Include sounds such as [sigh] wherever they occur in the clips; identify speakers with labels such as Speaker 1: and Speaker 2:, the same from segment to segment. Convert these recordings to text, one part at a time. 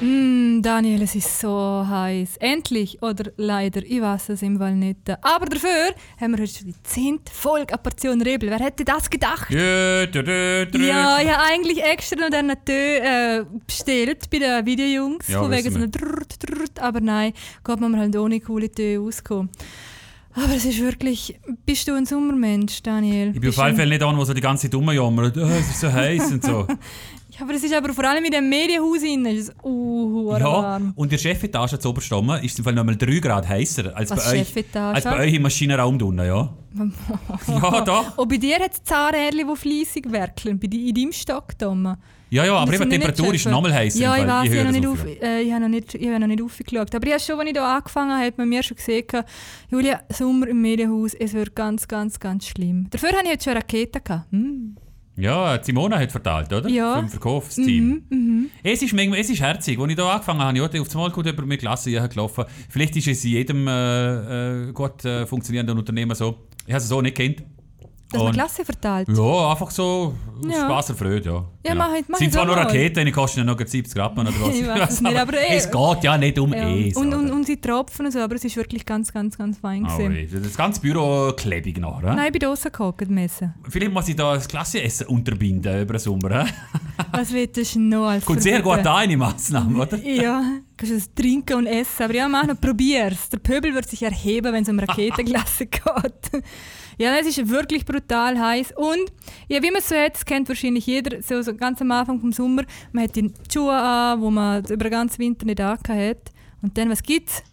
Speaker 1: Mm, Daniel, es ist so heiß. Endlich oder leider, ich weiß es im Fall nicht. Aber dafür haben wir heute schon die 10. Folge Operation Rebel. Wer hätte das gedacht?
Speaker 2: Jö, dö, dö, dö.
Speaker 1: Ja, ich habe eigentlich extra noch den Tö äh, bestellt bei den Videojungs,
Speaker 2: Ja,
Speaker 1: von wegen
Speaker 2: wissen
Speaker 1: so
Speaker 2: wir.
Speaker 1: einem Drrrt, Drrrt, aber nein, Gott, man halt ohne coole Tö auskommen. Aber es ist wirklich, bist du ein Sommermensch, Daniel?
Speaker 2: Ich bin auf
Speaker 1: Bist du
Speaker 2: jeden
Speaker 1: ein-
Speaker 2: Fall nicht einer, der so die ganze Zeit rumjammert. Oh, es ist so heiß
Speaker 1: [laughs]
Speaker 2: und so.
Speaker 1: Ja, aber es ist aber vor allem in dem Medienhaus innen, ist es uh,
Speaker 2: ja,
Speaker 1: warm.
Speaker 2: und in der Chefetage zu Oberstamme ist es im Fall nochmal 3 Grad heißer als
Speaker 1: Was,
Speaker 2: bei euch.
Speaker 1: Chefetage?
Speaker 2: Als bei euch im Maschinenraum
Speaker 1: [laughs]
Speaker 2: drinnen, ja. ja, doch.
Speaker 1: Und Oh, bei dir hat es Zahnrädchen, die fleissig werkeln, bei di- in deinem Stock, Thomas.
Speaker 2: Ja, ja,
Speaker 1: Und
Speaker 2: aber
Speaker 1: das
Speaker 2: eben die
Speaker 1: sind nicht
Speaker 2: Temperatur ist
Speaker 1: Schöpfe.
Speaker 2: nochmal heißer.
Speaker 1: Ja, ich weiß, ich habe noch nicht,
Speaker 2: höre es
Speaker 1: auf,
Speaker 2: auf, ja.
Speaker 1: äh, ich habe noch nicht, ich habe noch nicht aufgeschaut. Aber ich habe schon, als ich hier angefangen habe, hat man mir schon gesehen, Julia, Sommer im Medienhaus, es wird ganz, ganz, ganz schlimm. Dafür habe ich jetzt schon Raketen gehabt. Hm.
Speaker 2: Ja, die Simona hat verteilt, oder?
Speaker 1: Ja. Mhm.
Speaker 2: Für den Verkaufsteam. Es, ist manchmal, es ist herzig. Als ich hier angefangen habe, ja, auf einmal kommt über mir Klasse gelaufen. Vielleicht ist es in jedem äh, äh, gut äh, funktionierenden Unternehmen so. Ich habe es so nicht kennt.
Speaker 1: Dass man
Speaker 2: Und-
Speaker 1: Klasse verteilt.
Speaker 2: Ja, einfach so aus
Speaker 1: Ja.
Speaker 2: Spaß und Freude, ja. Genau.
Speaker 1: Ja, mach ich- mach ich
Speaker 2: Sind zwar
Speaker 1: auch
Speaker 2: nur
Speaker 1: mal.
Speaker 2: Raketen, die kosten ja noch gerade 70 Rappen oder
Speaker 1: [laughs]
Speaker 2: was.
Speaker 1: Ich weiß es nicht, aber eh.
Speaker 2: es geht ja nicht um
Speaker 1: Ja.
Speaker 2: es.
Speaker 1: und, und,
Speaker 2: oder?
Speaker 1: und sie tropfen und so, aber es ist wirklich ganz, ganz, ganz fein
Speaker 2: Ah,
Speaker 1: gewesen.
Speaker 2: ui. Das ganze Büro klebig nachher. hä?
Speaker 1: Nein, ich bin draussen gehockt
Speaker 2: [laughs]
Speaker 1: messen.
Speaker 2: Vielleicht muss ich da das Klassenessen unterbinden über
Speaker 1: [laughs]
Speaker 2: den Sommer. hä?
Speaker 1: Was willst du noch als
Speaker 2: Kommt sehr gut
Speaker 1: verbieten?
Speaker 2: an, eine Massnahme, oder?
Speaker 1: Ja, kannst du es trinken und essen. Aber ja, mach noch, probier's. Der Pöbel wird sich erheben, wenn es um Raketenglasse geht. ja, nein, es ist wirklich brutal heiß. Und ja, wie man es so hat, das kennt wahrscheinlich jeder, so, so ganz am Anfang vom Sommer, man hat die Schuhe an, wo man über den ganzen Winter nicht angehabt hat. Und dann, was gibt's?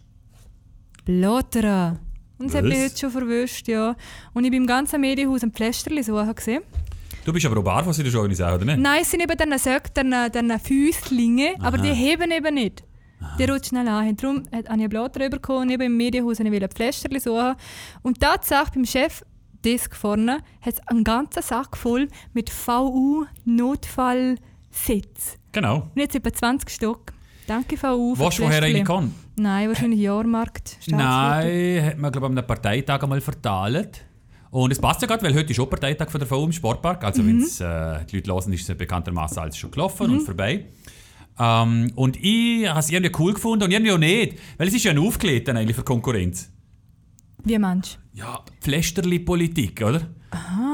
Speaker 1: Blottera. Und das hat mich
Speaker 2: Was?
Speaker 1: heute schon verwischt, ja. Und ich bin im ganzen Medienhaus ein Pflästerli suchen gesehen.
Speaker 2: Du bist aber auch Barfuß in der Scheune, oder
Speaker 1: [laughs]
Speaker 2: nicht?
Speaker 1: Nein, es sind eben dann Söckter, dann Füßlinge, aber die heben eben nicht. Die rutschen allein. Darum hat Anja Blatt drüber gekommen, eben im Medienhaus und ich will ein Pflästerchen suchen. Und Tatsache, beim Chef Desk vorne hat es einen ganzen Sack voll mit VU-Notfallsitz.
Speaker 2: Genau.
Speaker 1: Und jetzt etwa 20 Stück. Danke, VU. für
Speaker 2: Weißt du, woher
Speaker 1: Pflästerchen.
Speaker 2: eine kann?
Speaker 1: Nein, wahrscheinlich Jahrmarkt. Staatsviertel.
Speaker 2: Nein, hat man, glaube ich, an einem Parteitag einmal verteilt. Und es passt ja gerade, weil heute ist auch Parteitag von der VU im Sportpark. Also, wenn es äh, die Leute hören, ist es bekanntermaßen alles schon gelaufen und vorbei. Ähm, und ich habe es irgendwie cool gefunden und irgendwie auch nicht. Weil es ist ja ein Aufgelegt dann eigentlich für Konkurrenz.
Speaker 1: Wie meinst du?
Speaker 2: Ja, Pflästerli-Politik, oder?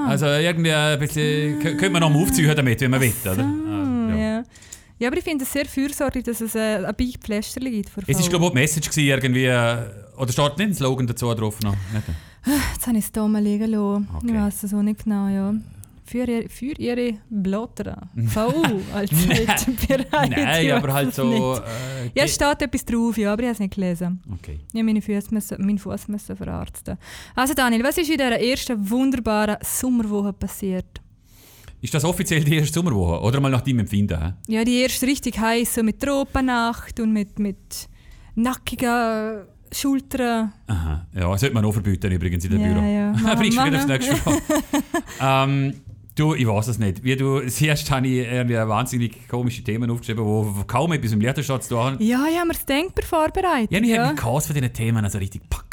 Speaker 2: Also, irgendwie ein bisschen. kö- Könnte man noch mal aufziehen damit, wenn man will, oder? Ah,
Speaker 1: Ja.
Speaker 2: ja.
Speaker 1: Ja. aber ich finde es sehr fürsorglich, dass es äh, ein Big Pflästerchen gibt. Von
Speaker 2: Es
Speaker 1: VU.
Speaker 2: ist, glaube ich, auch die Message gewesen, irgendwie. äh, Oder steht nicht ein Slogan dazu drauf noch? Nicht?
Speaker 1: Jetzt habe ich es hier mal liegen lassen. Ich
Speaker 2: Okay.
Speaker 1: weiß es auch nicht genau, ja. Für, ihr, für ihre Blatter.
Speaker 2: [laughs]
Speaker 1: VU als Bereich.
Speaker 2: Nein, aber halt so. Äh,
Speaker 1: Ja,
Speaker 2: ge-
Speaker 1: es steht etwas drauf, ja, aber ich habe es nicht gelesen.
Speaker 2: okay.
Speaker 1: Ich habe meine Füße müssen, meinen Fuß müssen verarzten. Also Daniel, was ist in dieser ersten wunderbaren Sommerwoche passiert?
Speaker 2: Ist das offiziell die erste Sommerwoche? Oder mal nach deinem Empfinden? hä?
Speaker 1: Ja, die erste richtig heiß, so mit Tropennacht und mit, mit nackigen Schultern.
Speaker 2: Aha. Ja, das sollte man auch verbieten übrigens in dem
Speaker 1: Ja,
Speaker 2: Büro. [laughs]
Speaker 1: ja.
Speaker 2: Aber ich
Speaker 1: Mama,
Speaker 2: wieder aufs
Speaker 1: ne?
Speaker 2: nächste
Speaker 1: [laughs]
Speaker 2: Mal. ähm, du, ich weiß es nicht. Wie du siehst, habe ich irgendwie wahnsinnig komische Themen aufgeschrieben, die kaum etwas im Lichterstadt zu tun haben.
Speaker 1: Ja, ich habe mir das denkbar vorbereitet.
Speaker 2: Ja, ich habe
Speaker 1: ja,
Speaker 2: mich Chaos von diesen Themen also richtig gepackt.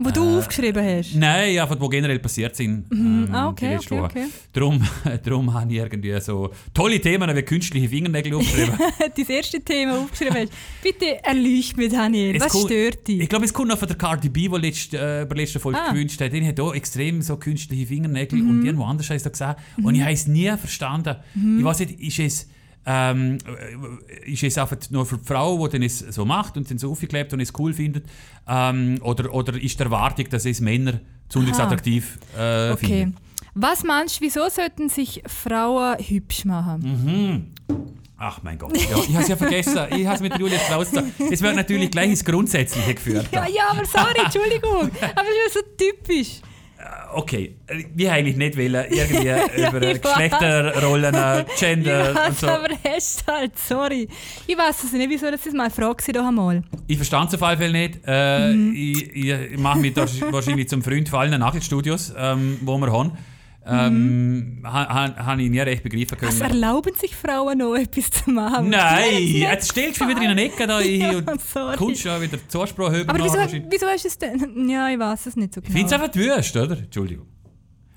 Speaker 1: wo du aufgeschrieben hast.
Speaker 2: Nein, ja, von wo generell passiert sind. ähm,
Speaker 1: ah,
Speaker 2: die
Speaker 1: okay,
Speaker 2: letzten
Speaker 1: okay,
Speaker 2: Wochen.
Speaker 1: okay.
Speaker 2: Drum, [laughs] drum habe ich irgendwie so tolle Themen wie künstliche Fingernägel aufgeschrieben.
Speaker 1: [laughs] das erste
Speaker 2: [laughs]
Speaker 1: Thema aufgeschrieben hast. Bitte erleucht mich, Daniel.
Speaker 2: Es
Speaker 1: Was
Speaker 2: kommt-
Speaker 1: stört dich?
Speaker 2: Ich glaube, es kommt noch von der Cardi B, die letzt, äh, bei der letzten Folge
Speaker 1: Ah. Mhm.
Speaker 2: gewünscht hat. Die hat auch extrem so künstliche Fingernägel und irgendwo anders heißt da gesehen. Und ich habe es nie verstanden.
Speaker 1: Mhm.
Speaker 2: Ich weiß nicht, ist es, ähm, äh, ist es einfach nur für die Frau, die dann es so macht und dann so aufgeklebt und es cool findet? Ähm, oder, oder ist der Erwartung, dass es Männer besonders
Speaker 1: Aha.
Speaker 2: attraktiv äh,
Speaker 1: Okay.
Speaker 2: finden?
Speaker 1: Was meinst du, wieso sollten sich Frauen hübsch
Speaker 2: Mhm.
Speaker 1: machen?
Speaker 2: Ach mein Gott, ja, ich habe es ja vergessen. Ich habe es mit Julia Strauss gesagt. Es wird natürlich gleich ins Grundsätzliche geführt.
Speaker 1: [laughs] Ja, ja, aber
Speaker 2: [laughs]
Speaker 1: sorry, Entschuldigung. aber es ist so typisch.
Speaker 2: Okay, äh, wir eigentlich nicht wollen
Speaker 1: [laughs]
Speaker 2: irgendwie über
Speaker 1: ich
Speaker 2: Geschlechterrollen,
Speaker 1: [laughs]
Speaker 2: äh,
Speaker 1: Ich
Speaker 2: Gender und
Speaker 1: weiß,
Speaker 2: so.
Speaker 1: aber es ist halt, sorry. Ich weiß es nicht, wieso das ist mal Frage war, doch einmal.
Speaker 2: Ich verstand es auf jeden Fall nicht. Äh,
Speaker 1: Mhm.
Speaker 2: ich, ich mache mich da wahrscheinlich zum Freund von allen Nachrichtenstudios, ähm, wo wir haben. Ähm, ha- ha- Habe ich nie recht begreifen
Speaker 1: Mhm. Was
Speaker 2: können.
Speaker 1: erlauben sich Frauen noch etwas zu machen? [laughs]
Speaker 2: Mhm. Nein,
Speaker 1: Die haben es
Speaker 2: jetzt stellst du mich wieder in eine Ecke da
Speaker 1: [laughs]
Speaker 2: ein
Speaker 1: Ja,
Speaker 2: und
Speaker 1: sorry.
Speaker 2: kommst schon wieder Zuspruch über.
Speaker 1: nicht. Aber wieso,
Speaker 2: Ich
Speaker 1: wieso ist es denn? Ja, ich weiß es nicht so genau.
Speaker 2: finde es einfach wüst, oder? Entschuldigung.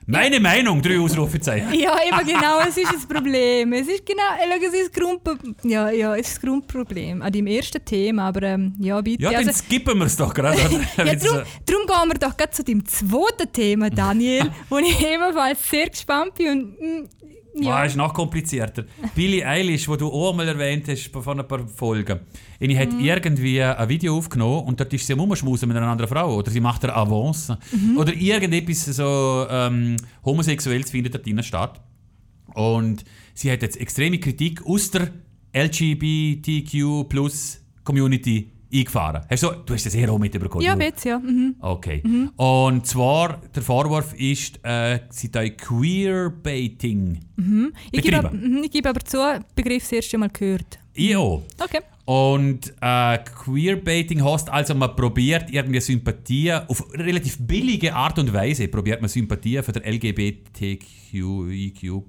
Speaker 2: Meine Meinung, drei Ausrufezeichen.
Speaker 1: [laughs] Ja, eben genau, es ist das Problem. Es ist genau, äh, schau, es ist das, Grundproblem. ja, ja, es ist das Grundproblem. An deinem ersten Thema, aber ähm, ja, bitte.
Speaker 2: Ja, dann
Speaker 1: also,
Speaker 2: skippen wir es doch gerade. [laughs] oder?
Speaker 1: [laughs] ja,
Speaker 2: Wenn's,
Speaker 1: darum,
Speaker 2: äh,
Speaker 1: darum gehen wir doch gleich zu deinem zweiten Thema, Daniel, wo ich ebenfalls sehr gespannt bin. Und, mm,
Speaker 2: Ah,
Speaker 1: ja.
Speaker 2: ist
Speaker 1: [laughs]
Speaker 2: noch komplizierter. Billie Eilish, wo du auch mal erwähnt hast von ein paar Folgen. Und ich
Speaker 1: Mhm.
Speaker 2: hat irgendwie ein Video aufgenommen und dort ist sie am Rumschmusen mit einer anderen Frau. Oder sie macht eine Avance.
Speaker 1: Mhm.
Speaker 2: Oder irgendetwas so ähm, Homosexuelles findet dort drinnen statt. Und sie hat jetzt extreme Kritik aus der LGBTQ Community eingefahren. Hast du, du hast das eher auch mitbekommen.
Speaker 1: ja,
Speaker 2: du.
Speaker 1: bitte, ja. Mhm.
Speaker 2: Okay. Und zwar, der Vorwurf ist, äh, sie sei Queerbaiting.
Speaker 1: Ich, gebe, ab-
Speaker 2: Betriebe.
Speaker 1: mhm, ich gebe aber zu, Begriff das erste Mal gehört.
Speaker 2: IO.
Speaker 1: Okay.
Speaker 2: Und äh, Queerbaiting heißt also, man probiert irgendwie Sympathie, auf relativ billige Art und Weise probiert man Sympathie für der LGBTQIQ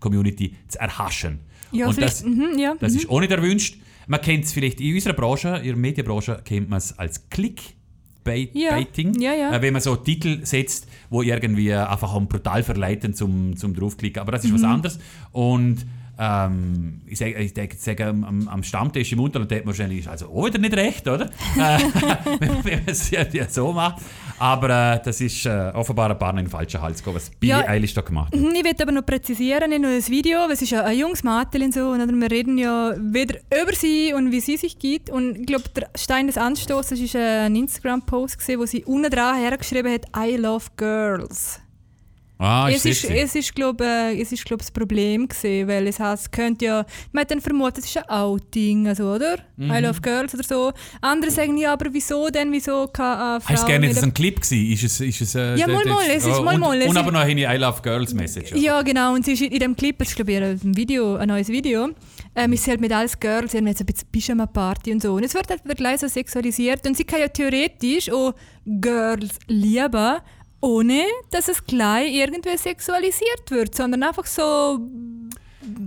Speaker 2: Community zu erhaschen.
Speaker 1: Mhm. Ja,
Speaker 2: und
Speaker 1: vielleicht.
Speaker 2: das,
Speaker 1: mhm, ja.
Speaker 2: das
Speaker 1: mhm.
Speaker 2: ist auch nicht erwünscht. Man kennt es vielleicht in unserer Branche, in der Medienbranche kennt man es als Clickbaiting,
Speaker 1: Ja, ja, ja.
Speaker 2: Äh, wenn man so Titel setzt, wo irgendwie einfach am brutal verleiten zum, zum draufklicken. Aber das ist
Speaker 1: Mhm.
Speaker 2: was anderes. Und ähm, ich sage, ich denk- sag, am- am, am Stammtisch im Unterland hat man wahrscheinlich also auch wieder nicht
Speaker 1: [laughs]
Speaker 2: recht, oder? Äh, [laughs] wenn man- wenn man es ja, ja so macht. Aber äh, das ist äh, offenbar ein paar in den falschen Hals gekommen, was Billy
Speaker 1: Ja.
Speaker 2: Eilish da gemacht hat.
Speaker 1: Mhm, Ich will aber noch präzisieren, nicht nur das Video, weil es ist ja ein junges Mädchen und so, und wir reden ja weder über sie und wie sie sich gibt. Und ich glaube, der Stein des Anstoßes ist ein Instagram-Post, gewesen, wo sie unten dran hergeschrieben hat, I love girls.
Speaker 2: Ah,
Speaker 1: es, ist,
Speaker 2: seh's.
Speaker 1: es ist, glaube äh, es ist, glaub, das Problem gewesen, weil es heißt, könnte ja, man hat dann vermutet, es ist ein Outing, also, oder? I
Speaker 2: Mhm.
Speaker 1: love girls oder so. Andere sagen, ja, aber wieso denn, wieso kann eine Frau...
Speaker 2: Heißt gerne,
Speaker 1: mit
Speaker 2: dass es
Speaker 1: einem-
Speaker 2: ein Clip war? Ist es, ist es, äh,
Speaker 1: Ja,
Speaker 2: der-
Speaker 1: mal,
Speaker 2: der-
Speaker 1: mal, es ist
Speaker 2: oh,
Speaker 1: mal,
Speaker 2: und,
Speaker 1: mal, es
Speaker 2: Und
Speaker 1: ist-
Speaker 2: aber noch eine I Love Girls Message.
Speaker 1: Ja, genau. Und sie ist in dem Clip, das ist glaube ich ein Video, ein neues Video, ähm, ist sie halt mit alles Girls, sie haben jetzt ein bisschen Pyjama-Party und so. Und es wird halt wieder gleich so sexualisiert. Und sie kann ja theoretisch auch Girls lieben, ohne dass es gleich irgendwie sexualisiert wird, sondern einfach so...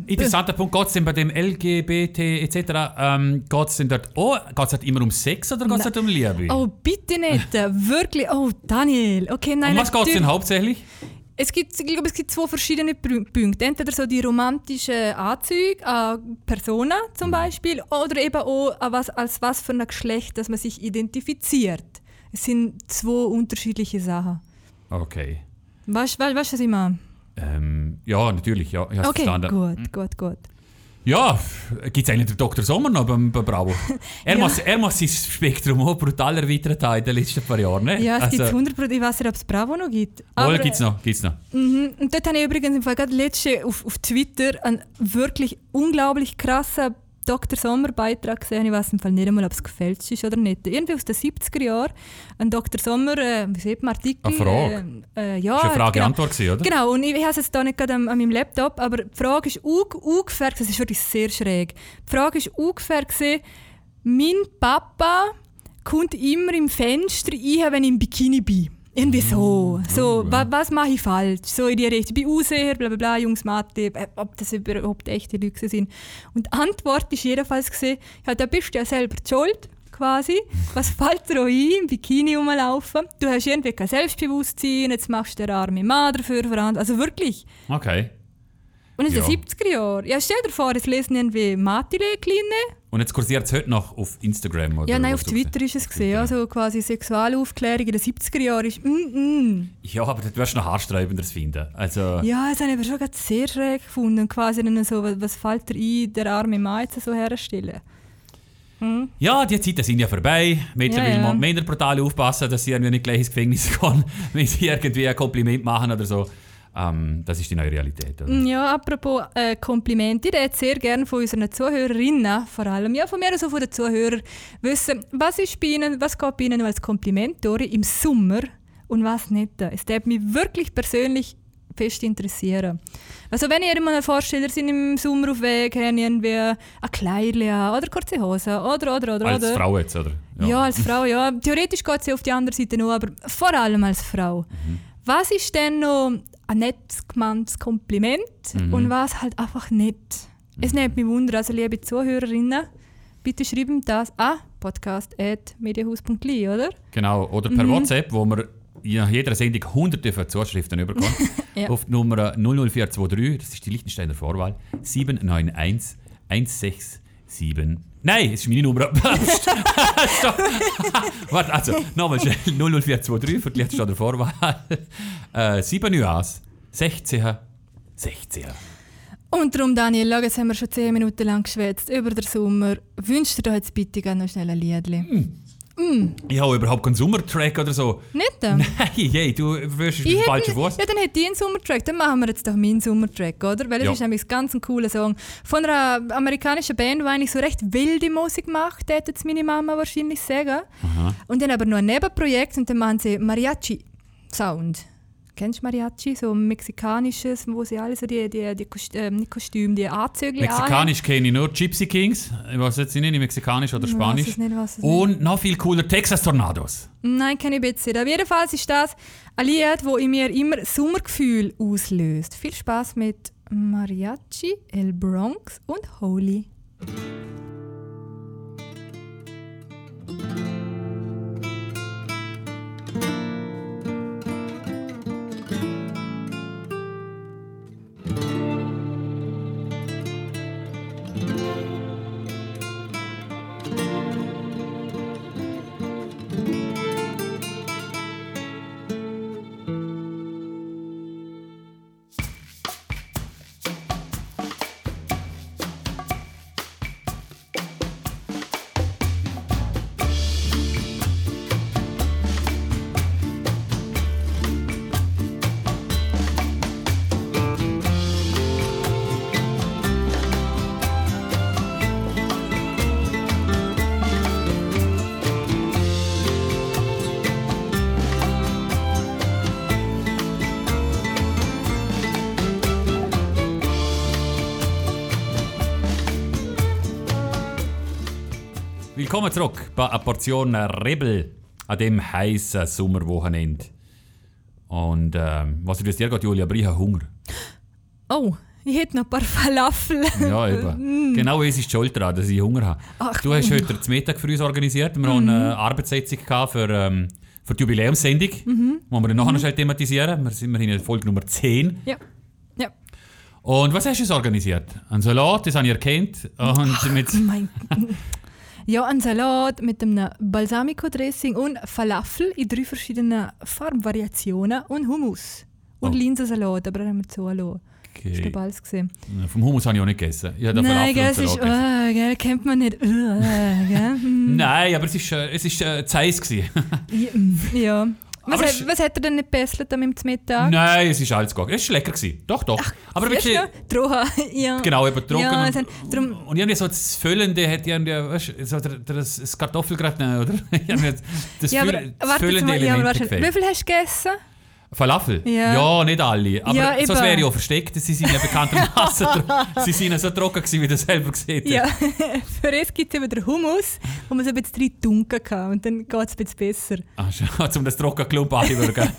Speaker 2: Interessanter Punkt, geht es denn bei dem LGBT etc., ähm, geht es denn dort auch, geht's dort immer um Sex oder geht es
Speaker 1: Nein.
Speaker 2: dort um Liebe?
Speaker 1: Oh, bitte nicht, äh, wirklich. Oh, Daniel, okay, nein.
Speaker 2: um was geht es
Speaker 1: natürlich-
Speaker 2: denn hauptsächlich?
Speaker 1: Es gibt, ich glaube, es gibt zwei verschiedene Prü- Punkte. Entweder so die romantischen Anzüge an Persona
Speaker 2: Mhm.
Speaker 1: zum Beispiel oder eben auch an was, als was für ein Geschlecht, dass man sich identifiziert. Es sind zwei unterschiedliche Sachen.
Speaker 2: Okay.
Speaker 1: Weißt du, was ich meine?
Speaker 2: Ähm, ja, natürlich, ja. Ich hab's
Speaker 1: Okay,
Speaker 2: verstanden.
Speaker 1: gut, gut, gut.
Speaker 2: Ja, gibt es eigentlich den Dr. Sommer noch beim, beim Bravo?
Speaker 1: [laughs]
Speaker 2: Er,
Speaker 1: Ja.
Speaker 2: muss, er muss sein Spektrum auch brutal erweitert haben in den letzten paar Jahren. Ne?
Speaker 1: Ja, es
Speaker 2: also,
Speaker 1: gibt 100 ich weiß nicht, ob es Bravo noch gibt.
Speaker 2: Wohl,
Speaker 1: Aber-
Speaker 2: gibt's noch, gibt's noch.
Speaker 1: Mhm. Und dort habe ich übrigens im Fall gerade letzte auf, auf Twitter einen wirklich unglaublich krassen Dr. Sommer-Beitrag gesehen. Ich weiß im Fall nicht einmal, ob es gefälscht ist oder nicht. Irgendwie aus den 70er Jahren. Ein Dr. Sommer, äh, wie sieht man Artikel?
Speaker 2: Eine Frage.
Speaker 1: Äh, äh, ja,
Speaker 2: Das war eine
Speaker 1: genau.
Speaker 2: Frage-Antwort, oder?
Speaker 1: Genau, und ich, ich habe es jetzt hier nicht gerade an, an meinem Laptop, aber die Frage ist ung- ungefähr, das ist wirklich sehr schräg, die Frage ist ungefähr, gewesen, mein Papa kommt immer im Fenster rein, wenn ich im Bikini bin. Irgendwie so. so
Speaker 2: Oh, ja.
Speaker 1: wa, was mache ich falsch? So in die Richtung. Ich bin Ausseher, bla bla bla, Jungs, Mathe, äh, ob das überhaupt echte Leute gewesen sind. Und die Antwort war jedenfalls, gewesen, ja, da bist du ja selber die schuld quasi. Was fällt dir auch ein, im Bikini rumlaufen? Du hast irgendwie kein Selbstbewusstsein, jetzt machst du den armen Mann dafür verantwortlich. Also wirklich.
Speaker 2: Okay.
Speaker 1: Und in den
Speaker 2: Ja.
Speaker 1: 70er Jahren. Ja, stell dir vor, es lesen irgendwie Matile kleine.
Speaker 2: Und jetzt kursiert es heute noch auf Instagram, oder?
Speaker 1: Ja, nein,
Speaker 2: wo
Speaker 1: auf
Speaker 2: hast du
Speaker 1: Twitter
Speaker 2: gesehen?
Speaker 1: ist es gesehen. Also quasi Sexualaufklärung in den 70er Jahren ist. Mm, mm.
Speaker 2: Ja, aber dort wirst du noch haarsträubenderes finden. Also,
Speaker 1: Ja, das habe ich aber schon gerade sehr schräg gefunden. Und Quasi dann so, was, was fällt dir ein, der arme Mann jetzt so herstellen?
Speaker 2: ja, die Zeiten sind ja vorbei.
Speaker 1: Ja,
Speaker 2: Mittlerweile
Speaker 1: ja.
Speaker 2: muss man Männer brutal aufpassen, dass sie irgendwie nicht gleich ins Gefängnis [laughs] gehen, wenn sie irgendwie ein Kompliment machen oder so. Ähm, das ist die neue Realität. Oder?
Speaker 1: Mm, Ja, apropos äh, Komplimente, ich hätte sehr gerne von unseren Zuhörerinnen, vor allem ja von mir, also von den Zuhörern, wissen, was ist bei Ihnen, was geht bei Ihnen als Kompliment durch im Sommer und was nicht. Es würde mich wirklich persönlich fest interessieren. Also wenn ihr immer einen Vorsteller sind im Sommer auf Weg, haben irgendwie ein Kleidchen an oder kurze Hose oder, oder, oder,
Speaker 2: Als
Speaker 1: oder.
Speaker 2: Frau jetzt, oder?
Speaker 1: Ja. als Frau, ja. Theoretisch geht es ja auf die andere Seite noch, aber vor allem als Frau. Was ist denn noch ein nettes gemeintes Kompliment und was halt einfach nicht? Es nimmt mich Wunder, also liebe Zuhörerinnen, bitte schreiben das an podcast.mediahaus.li, oder?
Speaker 2: Genau. Oder per WhatsApp, wo wir nach jeder Sendung hunderte von Zuschriften bekommen.
Speaker 1: Ja.
Speaker 2: Auf die Nummer 00423, das ist die Lichtensteiner Vorwahl, 791 167. Nein, es ist meine Nummer. [laughs] Stopp. [laughs] Warte, also, nochmal schnell. 00423 für die Lichtensteiner Vorwahl. Äh, 7 Nuance, 16, 16.
Speaker 1: Und darum, Daniel, schau, jetzt haben wir schon 10 Minuten lang geschwätzt über den Sommer. Wünschst du dir jetzt bitte gerne noch schnell ein Liedli?
Speaker 2: Ich habe überhaupt keinen Sommertrack oder so. [laughs]
Speaker 1: Nicht? Ähm?
Speaker 2: Nein, hey, du wirst auf den
Speaker 1: hätte-
Speaker 2: falschen Fuß.
Speaker 1: Ja, dann hätte ich einen Sommertrack. Dann machen wir jetzt doch meinen Sommertrack, oder? Weil es
Speaker 2: Ja.
Speaker 1: ist nämlich ganz ein cooler Song. Von einer amerikanischen Band, die eigentlich so recht wilde Musik macht, hätte jetzt meine Mama wahrscheinlich sagen. Und dann aber noch ein Nebenprojekt und dann machen sie Mariachi-Sound. Kennst du Mariachi? So ein mexikanisches, wo sie alle so die, die, die Kostü- ähm, nicht Kostüme, die Anzüge anhaben.
Speaker 2: Mexikanisch kenne ich nur Gypsy Kings. Ich weiß jetzt nicht, Mexikanisch oder Spanisch. Oh,
Speaker 1: Ich weiß es nicht, was es ist.
Speaker 2: Und noch viel cooler Texas Tornados.
Speaker 1: Nein, kenne ich jetzt nicht. Auf jeden Fall ist das ein Lied, das in mir immer Sommergefühl auslöst. Viel Spaß mit Mariachi, El Bronx und Holy.
Speaker 2: Willkommen zurück bei einer Portion Rebel an dem heißen Sommerwochenende. Und ähm, was ich dir geht, Julia, aber ich habe Hunger.
Speaker 1: Oh, ich hätte noch ein paar [laughs] Falafel. [laughs]
Speaker 2: Ja, eben. genau es ist die Schuld daran, dass ich Hunger habe.
Speaker 1: Mm. Ach, mm. Mhm.
Speaker 2: du hast heute den Mittag für uns organisiert. Wir haben eine Arbeitssitzung gehabt für, ähm, für die Jubiläumssendung,
Speaker 1: Mhm.
Speaker 2: wo wir dann nachher noch schnell thematisieren. Wir sind immerhin in Folge Nummer 10.
Speaker 1: Ja. ja.
Speaker 2: Und was hast du uns organisiert? Ein Salat, das habe ich erkannt. Und mit
Speaker 1: Mein ja, ein Salat mit einem Balsamico-Dressing und Falafel in drei verschiedenen Farbvariationen und Hummus. Und
Speaker 2: Oh.
Speaker 1: Linsensalat, aber da haben wir zugelassen. Hast du
Speaker 2: okay.
Speaker 1: alles gesehen?
Speaker 2: Vom Hummus habe ich auch nicht gegessen. Ich habe
Speaker 1: Nein,
Speaker 2: Falafel
Speaker 1: gell,
Speaker 2: und
Speaker 1: es ist,
Speaker 2: Salat gegessen.
Speaker 1: äh, ähm. gell, kennt man nicht. Äh,
Speaker 2: [laughs]
Speaker 1: gell? Hm.
Speaker 2: Nein, aber es ist, äh, es ist äh, Zeiss gewesen.
Speaker 1: Ja, mm, Ja. Was,
Speaker 2: Aber
Speaker 1: hat-
Speaker 2: es-
Speaker 1: was hat er denn nicht gebesselt am Mittag?
Speaker 2: Nein, es ist alles gut. Es ist lecker gewesen. Doch, doch. aber
Speaker 1: Siehst
Speaker 2: wirklich,
Speaker 1: du? Droha. [laughs] ja.
Speaker 2: genau eben trocken.
Speaker 1: Ja, es
Speaker 2: und,
Speaker 1: hat- drum,
Speaker 2: und irgendwie so das Füllende hat irgendwie, weißt du, so der, der, das das Kartoffelgratin, oder? [laughs] Irgendwie das,
Speaker 1: ja, aber,
Speaker 2: Füll- das
Speaker 1: warte jetzt
Speaker 2: Füllende
Speaker 1: mal, ja, aber
Speaker 2: Element hat
Speaker 1: warte,
Speaker 2: gefehlt.
Speaker 1: wie viel hast du gegessen?
Speaker 2: Falafel?
Speaker 1: Ja.
Speaker 2: nicht alle. Aber
Speaker 1: Ja,
Speaker 2: sonst
Speaker 1: eben.
Speaker 2: wäre ich auch versteckt. Sie sind
Speaker 1: [laughs]
Speaker 2: ja bekanntermaßen tro- sie sind ja so trocken gewesen, wie du selber gesehen hast.
Speaker 1: Ja, [laughs] für uns gibt es eben den Hummus, wo man so ein bisschen drin dunkel kann und dann geht es ein bisschen besser.
Speaker 2: Ah, schon, um das trockene
Speaker 1: [laughs]
Speaker 2: Klump anzuwürgen.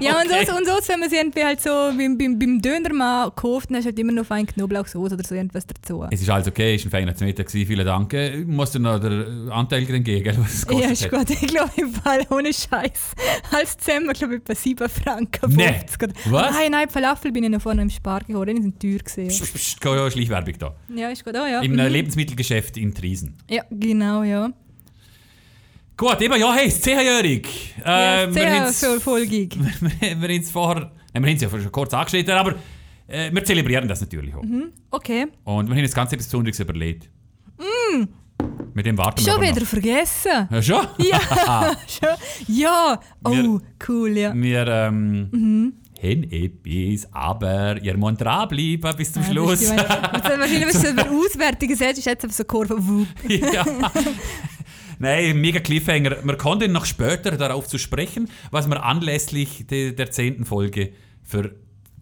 Speaker 1: Ja, und sonst, und sonst, wenn man sie irgendwie halt so beim, beim, beim Döner mal kauft, dann hast du halt immer noch fein Knoblauchsoße oder so irgendwas dazu.
Speaker 2: Es ist alles okay, es war ein feiner Mittag, gewesen, vielen Dank. Ich muss dir noch den Anteil drin geben, gell, was es
Speaker 1: Ja,
Speaker 2: kostet
Speaker 1: ist
Speaker 2: hat.
Speaker 1: gut. Ich glaube, im Fall ohne Scheiß. Als Zimmer, glaube ich, bei 7 Franken.
Speaker 2: Nee.
Speaker 1: 50 oder-
Speaker 2: Was?
Speaker 1: Nein, nein, die Falafel bin ich noch vorne im Spar geholt. Die sind teuer gesehen.
Speaker 2: Psst, psst, keine Schleichwerbung da.
Speaker 1: Ja, ist gut. Oh, ja.
Speaker 2: Im äh,
Speaker 1: Mhm.
Speaker 2: Lebensmittelgeschäft in Triesen.
Speaker 1: Ja, genau, ja.
Speaker 2: Gut, eben, ja, hey, 10-jährig.
Speaker 1: ja
Speaker 2: Ähm, wir
Speaker 1: sehr
Speaker 2: haben's-
Speaker 1: vollfolgig.
Speaker 2: wir haben es vorher, nein, wir haben es ja schon kurz angeschnitten, aber äh, wir zelebrieren das natürlich auch.
Speaker 1: Mhm. Okay.
Speaker 2: Und wir haben uns ganz etwas Besonderes überlegt. Mit dem warten wir
Speaker 1: Mm. Schon
Speaker 2: aber noch.
Speaker 1: wieder vergessen. [laughs]
Speaker 2: Ja, schon?
Speaker 1: Ja, schon. Ja. Oh,
Speaker 2: Wir-
Speaker 1: cool, ja.
Speaker 2: Wir ähm,
Speaker 1: Mhm.
Speaker 2: haben etwas, aber ihr müsst dranbleiben bis zum
Speaker 1: Ja,
Speaker 2: Schluss.
Speaker 1: das ist die Wahrheit. Und dann Wahrscheinlich, wenn du es über Auswertungen sagst, ist jetzt auf so eine Kurve. wuh.
Speaker 2: [laughs] ja. Nein, mega Cliffhanger. Wir konnten noch später darauf zu sprechen, was wir anlässlich de, der zehnten Folge für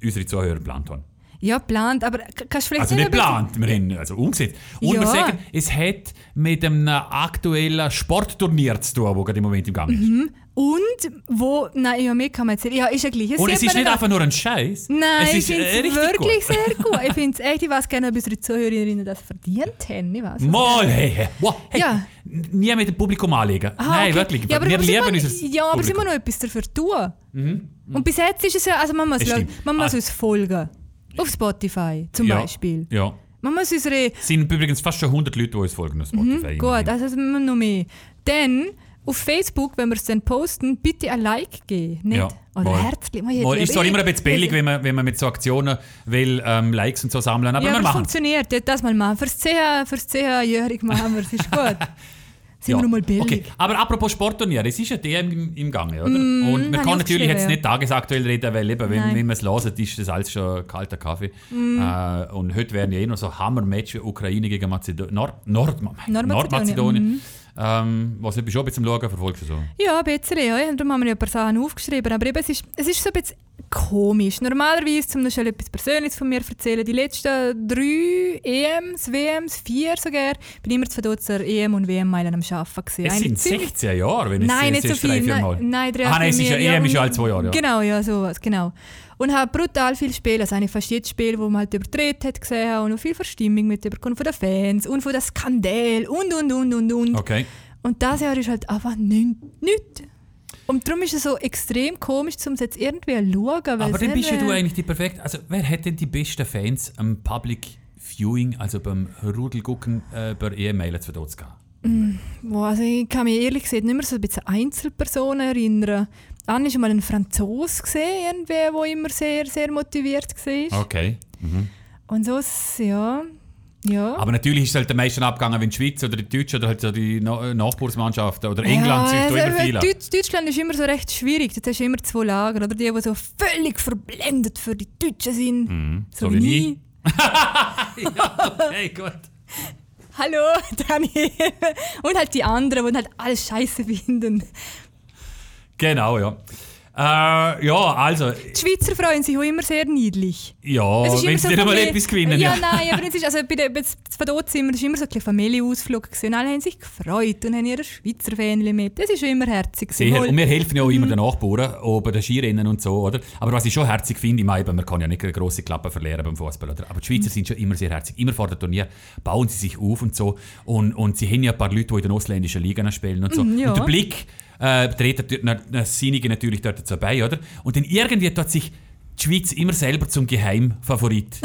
Speaker 2: unsere Zuhörer geplant haben.
Speaker 1: Ja, plant, aber k- kannst du vielleicht
Speaker 2: Also nicht
Speaker 1: ein bisschen-
Speaker 2: geplant, wir haben also umgesetzt. Und
Speaker 1: Ja.
Speaker 2: wir sagen,
Speaker 1: Mhm.
Speaker 2: es hat mit einem aktuellen Sportturnier zu tun, das gerade im Moment im Gang ist.
Speaker 1: Und wo, nein, ja, mehr kann man jetzt sehen. Ja, ist ja gleich.
Speaker 2: Und
Speaker 1: sieht
Speaker 2: es ist
Speaker 1: man
Speaker 2: nicht
Speaker 1: ja-
Speaker 2: einfach nur ein Scheiß.
Speaker 1: Nein,
Speaker 2: es
Speaker 1: ich
Speaker 2: ist
Speaker 1: finde
Speaker 2: äh,
Speaker 1: es
Speaker 2: richtig
Speaker 1: wirklich
Speaker 2: gut.
Speaker 1: sehr gut. Ich finde es echt, ich weiß gerne, ob unsere Zuhörerinnen das verdient haben. Ich weiß. es
Speaker 2: Mal, hey, hey, wow, hey.
Speaker 1: Ja.
Speaker 2: N- Nie mit dem Publikum anlegen.
Speaker 1: Ah,
Speaker 2: Nein,
Speaker 1: okay.
Speaker 2: wirklich.
Speaker 1: Ja, aber
Speaker 2: wir
Speaker 1: da muss
Speaker 2: lieben
Speaker 1: man,
Speaker 2: unser
Speaker 1: Ja, aber es ist
Speaker 2: Publikum.
Speaker 1: immer noch etwas dafür tun.
Speaker 2: Mhm.
Speaker 1: Und bis jetzt ist es ja, also man muss,
Speaker 2: Das
Speaker 1: la-
Speaker 2: stimmt.
Speaker 1: man muss
Speaker 2: Ah.
Speaker 1: uns folgen. Auf Spotify zum
Speaker 2: Ja,
Speaker 1: Beispiel.
Speaker 2: Ja.
Speaker 1: Man muss unsere.
Speaker 2: Es sind übrigens fast schon 100 Leute, die uns folgen auf Spotify.
Speaker 1: Gut, also es müssen noch mehr. Dann auf Facebook, wenn wir es dann posten, bitte ein Like geben. Nicht?
Speaker 2: Ja,
Speaker 1: Oder
Speaker 2: voll.
Speaker 1: Herzli. Man,
Speaker 2: Mal,
Speaker 1: ich- eh-
Speaker 2: ist zwar
Speaker 1: ich- also
Speaker 2: immer ein bisschen billig, wenn man, wenn man mit so Aktionen will, ähm, Likes und so sammeln, aber
Speaker 1: ja, aber
Speaker 2: wir
Speaker 1: es
Speaker 2: machen es.
Speaker 1: funktioniert. Ja, Das mal machen. Fürs 10 fürs 10-Jährige machen wir es.
Speaker 2: [laughs]
Speaker 1: Ist gut. Sind
Speaker 2: Ja.
Speaker 1: wir noch mal billig. Mm,
Speaker 2: Okay. Aber apropos Sportturniere, es ist ja DM im, im Gange, oder? und man
Speaker 1: hab
Speaker 2: kann
Speaker 1: ich
Speaker 2: natürlich jetzt
Speaker 1: aufgeschrieben,
Speaker 2: nicht tagesaktuell reden, weil eben, wenn,
Speaker 1: Nein. Mm.
Speaker 2: wenn man es hört, ist das alles schon kalter Kaffee. Äh, und heute wären ja eh noch so Hammer-Match wie Ukraine gegen Mazedo Nord Nord
Speaker 1: Nordmazedonien, Mhm.
Speaker 2: Nordmazedonien. Ähm, was nicht, bist du auch ein bisschen am Schauen, verfolgst du so?
Speaker 1: Ja, ein bisschen. Ja. Und Darum haben wir ja ein paar Sachen aufgeschrieben. Aber eben, es, ist, es ist so ein bisschen komisch. Normalerweise, um noch schnell etwas Persönliches von mir zu erzählen, die letzten drei E EMs, WMs, vier sogar, bin ich immer zu Verdutzer EM und WM-Meilen am Arbeiten. gewesen.
Speaker 2: Es
Speaker 1: Eigentlich
Speaker 2: sind
Speaker 1: ziemlich-
Speaker 2: 16 Jahre, wenn ich
Speaker 1: Nein, nicht
Speaker 2: es
Speaker 1: so
Speaker 2: jetzt drei,
Speaker 1: viel.
Speaker 2: vier
Speaker 1: Nein,
Speaker 2: Mal.
Speaker 1: nein, drei,
Speaker 2: Ah, nein,
Speaker 1: vier
Speaker 2: es ist ja
Speaker 1: mehr.
Speaker 2: EM ist ja
Speaker 1: und-
Speaker 2: alle zwei Jahre, ja.
Speaker 1: Genau, ja, sowas, genau. Und habe brutal viel Spiele, also eigentlich fast jedes Spiel, wo man halt überdreht hat, gesehen habe, und noch viel Verstimmung mitbekommen von den Fans und von den Skandal und, und, und, und, und.
Speaker 2: Okay.
Speaker 1: Und das Jahr ist halt einfach nichts. Nicht. Und darum ist es so extrem komisch, um es jetzt irgendwie zu schauen.
Speaker 2: Aber dann bist ja du eigentlich die perfekte. Also, wer hat denn die besten Fans am Public Viewing, also beim Rudelgucken äh, bei E-Mail zu Verdutz gehabt?
Speaker 1: Boah, also ich kann mich ehrlich gesagt nicht mehr so ein bisschen Einzelpersonen erinnern. Anne war schon mal ein Franzose, gesehen, irgendwie, der immer sehr, sehr motiviert war.
Speaker 2: Okay.
Speaker 1: Und so, ja. Ja.
Speaker 2: Aber natürlich ist es halt am meisten abgegangen, wenn die Schweiz oder die Deutschen oder halt so die Na Nachbarsmannschaften oder England
Speaker 1: ja,
Speaker 2: sind da immer
Speaker 1: also,
Speaker 2: viele.
Speaker 1: Deutsch, Deutschland ist immer so recht schwierig. Dort hast du immer zwei Lager. Oder die, die so völlig verblendet für die Deutschen sind.
Speaker 2: Mhm. so wie nie. Okay, gut.
Speaker 1: Hallo, [laughs] Dani. Und halt die anderen, die halt alles scheiße finden.
Speaker 2: Genau, ja. Äh, ja, also,
Speaker 1: Die Schweizer freuen sich auch immer sehr niedlich.
Speaker 2: ja, Oh, wenn sie
Speaker 1: ein
Speaker 2: dir mal
Speaker 1: Familie-
Speaker 2: etwas gewinnen.
Speaker 1: Ja,
Speaker 2: ja.
Speaker 1: nein, aber es ist, also bei der bei Verdozimmer war immer so ein bisschen Familienausflug. Gewesen. Alle haben sich gefreut und haben ihre Schweizer Fähnchen mit. Das ist schon immer herzig. gewesen.
Speaker 2: Sicher.
Speaker 1: Wohl-
Speaker 2: Und wir helfen ja auch
Speaker 1: Mhm.
Speaker 2: immer den Nachbarn, auch bei den Skirennen und so, oder? Aber was ich schon herzig finde, im Eiben, man kann ja nicht eine grosse Klappe verlieren beim Fußball, oder? Aber die
Speaker 1: Mhm.
Speaker 2: Schweizer sind schon immer sehr herzig. Immer vor dem Turnier bauen sie sich auf und so. Und, und sie haben ja ein paar Leute, die in den ausländischen Ligen spielen und so.
Speaker 1: Mhm, ja.
Speaker 2: Und der Blick äh, dreht das Sinige natürlich dort so bei, oder? Und dann irgendwie tut sich die Schweiz immer selber
Speaker 1: [laughs]
Speaker 2: zum Geheimfavorit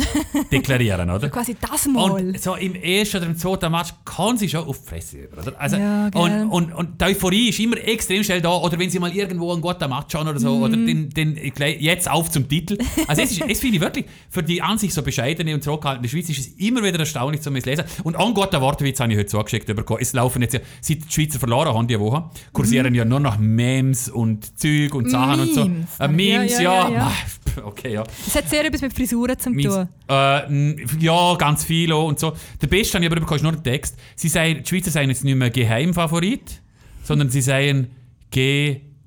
Speaker 2: deklarieren, oder?
Speaker 1: Quasi das Mal.
Speaker 2: Und so im ersten oder im zweiten Match kann sie schon auf die Fresse über, oder? Also,
Speaker 1: Ja, gell.
Speaker 2: und, und, und die Euphorie ist immer extrem schnell da. Oder wenn sie mal irgendwo einen guten Match haben oder so, oder den,
Speaker 1: Mhm.
Speaker 2: den, gleich jetzt auf zum Titel. Also es, ist, es finde ich wirklich, für die an sich so bescheidene und zurückhaltende Schweiz ist es immer wieder erstaunlich zu lesen. Und einen guten Wortwitz habe ich heute zugeschickt bekommen. Es laufen jetzt ja, seit die Schweizer verloren haben die Woche,
Speaker 1: Mhm.
Speaker 2: kursieren ja nur nach Memes und Zeug und Sachen und so.
Speaker 1: Memes.
Speaker 2: Äh, Memes,
Speaker 1: Ja, ja,
Speaker 2: ja.
Speaker 1: ja, ja.
Speaker 2: [laughs] Okay, ja.
Speaker 1: Es hat sehr etwas mit Frisuren zu
Speaker 2: Meins.
Speaker 1: tun.
Speaker 2: Äh, m, ja, ganz viel auch und so. Der Beste, den ich aber bekomme, ist nur der Text. Sie seien, die Schweizer seien jetzt nicht mehr Geheimfavorit, sondern sie seien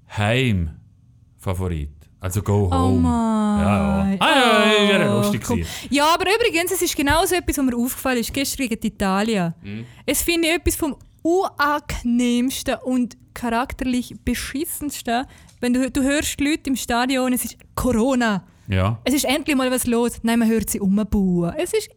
Speaker 2: Geheimfavorit. Also go
Speaker 1: Oh
Speaker 2: home.
Speaker 1: mein. Oh,
Speaker 2: Ja, ja. Ah, ja, ja, ja, lustig
Speaker 1: komm.
Speaker 2: gewesen.
Speaker 1: Ja, aber übrigens, es ist genau so etwas, was mir aufgefallen ist, gestern gegen die Italien.
Speaker 2: Mhm.
Speaker 1: Es finde ich etwas vom unangenehmsten und charakterlich beschissensten, wenn du, du hörst Leute im Stadion, es ist Corona.
Speaker 2: Ja.
Speaker 1: Es ist endlich mal was los. Nein, man hört sie umbauen. Es ist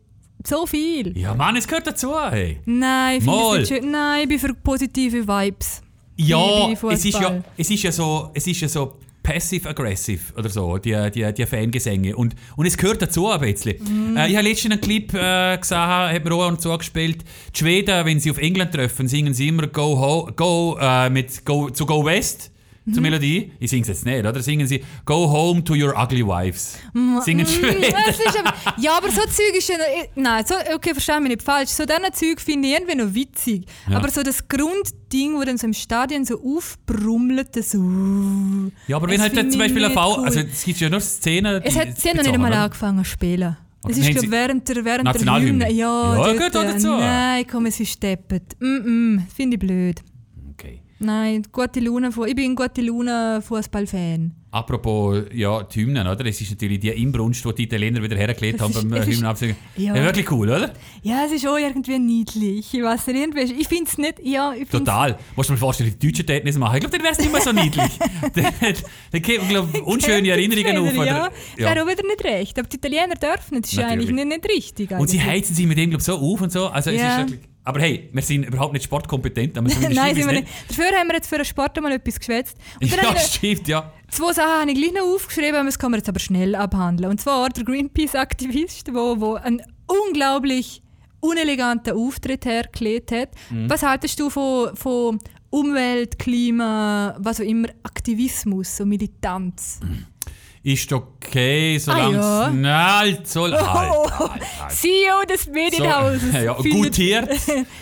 Speaker 1: so viel.
Speaker 2: ja, Mann, es gehört dazu. Hey.
Speaker 1: Nein, ich finde es
Speaker 2: Mal.
Speaker 1: nicht schön. Nein, ich bin für positive Vibes.
Speaker 2: Ja,
Speaker 1: Liebe
Speaker 2: es ist ja,
Speaker 1: Fußball.
Speaker 2: es ist ja so, es ist ja so passive-aggressive oder so, die, die, die Fangesänge. Und, und es gehört dazu ein bisschen.
Speaker 1: Mhm.
Speaker 2: Äh, ich habe letztens einen Clip äh, gesehen, hat mir auch einen zugespielt. Die Schweden, wenn sie auf England treffen, singen sie immer Go, ho, go, äh, mit go zu Go West.
Speaker 1: Mhm.
Speaker 2: Zur Melodie, ich sing's jetzt nicht, oder? Singen sie Go home to your ugly wives. Singen die
Speaker 1: [laughs]
Speaker 2: Schweden.
Speaker 1: Es ist Mm, aber, ja, aber so Zeug ist ja noch, eh- Nein, so, okay, verstehe mich nicht falsch. So diese Zeug finde ich irgendwie noch witzig.
Speaker 2: Ja.
Speaker 1: Aber so das Grundding, wo dann so im Stadion so aufbrummelt, das. Uh,
Speaker 2: Ja, aber wenn
Speaker 1: das finde
Speaker 2: halt dann zum
Speaker 1: ich
Speaker 2: Beispiel ein
Speaker 1: nicht
Speaker 2: V,
Speaker 1: cool.
Speaker 2: also es gibt ja nur Szenen.
Speaker 1: es
Speaker 2: die-
Speaker 1: hat sie haben noch nicht
Speaker 2: bezogen,
Speaker 1: einmal
Speaker 2: oder?
Speaker 1: angefangen zu spielen.
Speaker 2: Oder
Speaker 1: Es ist,
Speaker 2: haben
Speaker 1: glaube
Speaker 2: sie-
Speaker 1: während der, während der
Speaker 2: Nationalhymne?
Speaker 1: Hymne. Ja,
Speaker 2: Ja,
Speaker 1: dort,
Speaker 2: gehört auch
Speaker 1: äh,
Speaker 2: dazu.
Speaker 1: Nein, komm, es ist steppet. Mm -mm, finde ich blöd.
Speaker 2: Okay.
Speaker 1: Nein, gute Laune, Fu- ich bin gute Laune Fußballfan.
Speaker 2: Apropos ja, die Hymnen, oder? Es ist natürlich die Inbrunst, die die Italiener wieder hergelegt
Speaker 1: Das
Speaker 2: haben
Speaker 1: ist-
Speaker 2: beim
Speaker 1: es ist-
Speaker 2: Hymnabsingen.
Speaker 1: ja.
Speaker 2: Ja. wirklich cool, oder?
Speaker 1: Ja, es ist auch irgendwie niedlich. Ich weiß nicht, irgendwie. ist- Ich finde es nicht. Ja, ich find's-
Speaker 2: Total. Musst du mir vorstellen, die Deutschen täten das machen. Ich glaube, dann wäre es nicht mehr
Speaker 1: [laughs]
Speaker 2: so niedlich. [laughs] dann dann kämen, glaube ich, unschöne
Speaker 1: Kennt die
Speaker 2: Erinnerungen auf.
Speaker 1: Trainer,
Speaker 2: Oder,
Speaker 1: Ja, wäre auch wieder nicht recht. Aber die Italiener dürfen nicht, das ist ja eigentlich
Speaker 2: Natürlich.
Speaker 1: nicht, nicht richtig.
Speaker 2: Und sie
Speaker 1: eigentlich.
Speaker 2: heizen sich mit dem, glaube ich, so auf und so. Also, es
Speaker 1: Ja.
Speaker 2: ist wirklich, aber hey, wir sind überhaupt nicht sportkompetent. Aber
Speaker 1: [laughs]
Speaker 2: zumindest
Speaker 1: Nein,
Speaker 2: ich
Speaker 1: sind wir
Speaker 2: weiß
Speaker 1: nicht. Dafür haben wir jetzt für den Sport mal etwas geschwätzt. Und dann
Speaker 2: ne? Ja,
Speaker 1: habe ich noch
Speaker 2: stimmt, ja.
Speaker 1: zwei Sachen habe ich gleich noch aufgeschrieben, aber das kann man jetzt aber schnell abhandeln. Und zwar der Greenpeace-Aktivist, wo, wo einen unglaublich uneleganten Auftritt hergelegt hat.
Speaker 2: Mhm.
Speaker 1: Was haltest du von, von Umwelt, Klima, was auch immer, Aktivismus und Militanz?
Speaker 2: Ist okay, solange
Speaker 1: Ah, ja. Oh,
Speaker 2: es nicht so... Halt, halt,
Speaker 1: [laughs]
Speaker 2: halt.
Speaker 1: CEO E des Medienhauses.
Speaker 2: So, [laughs] ja,
Speaker 1: findet- [laughs]
Speaker 2: gutiert,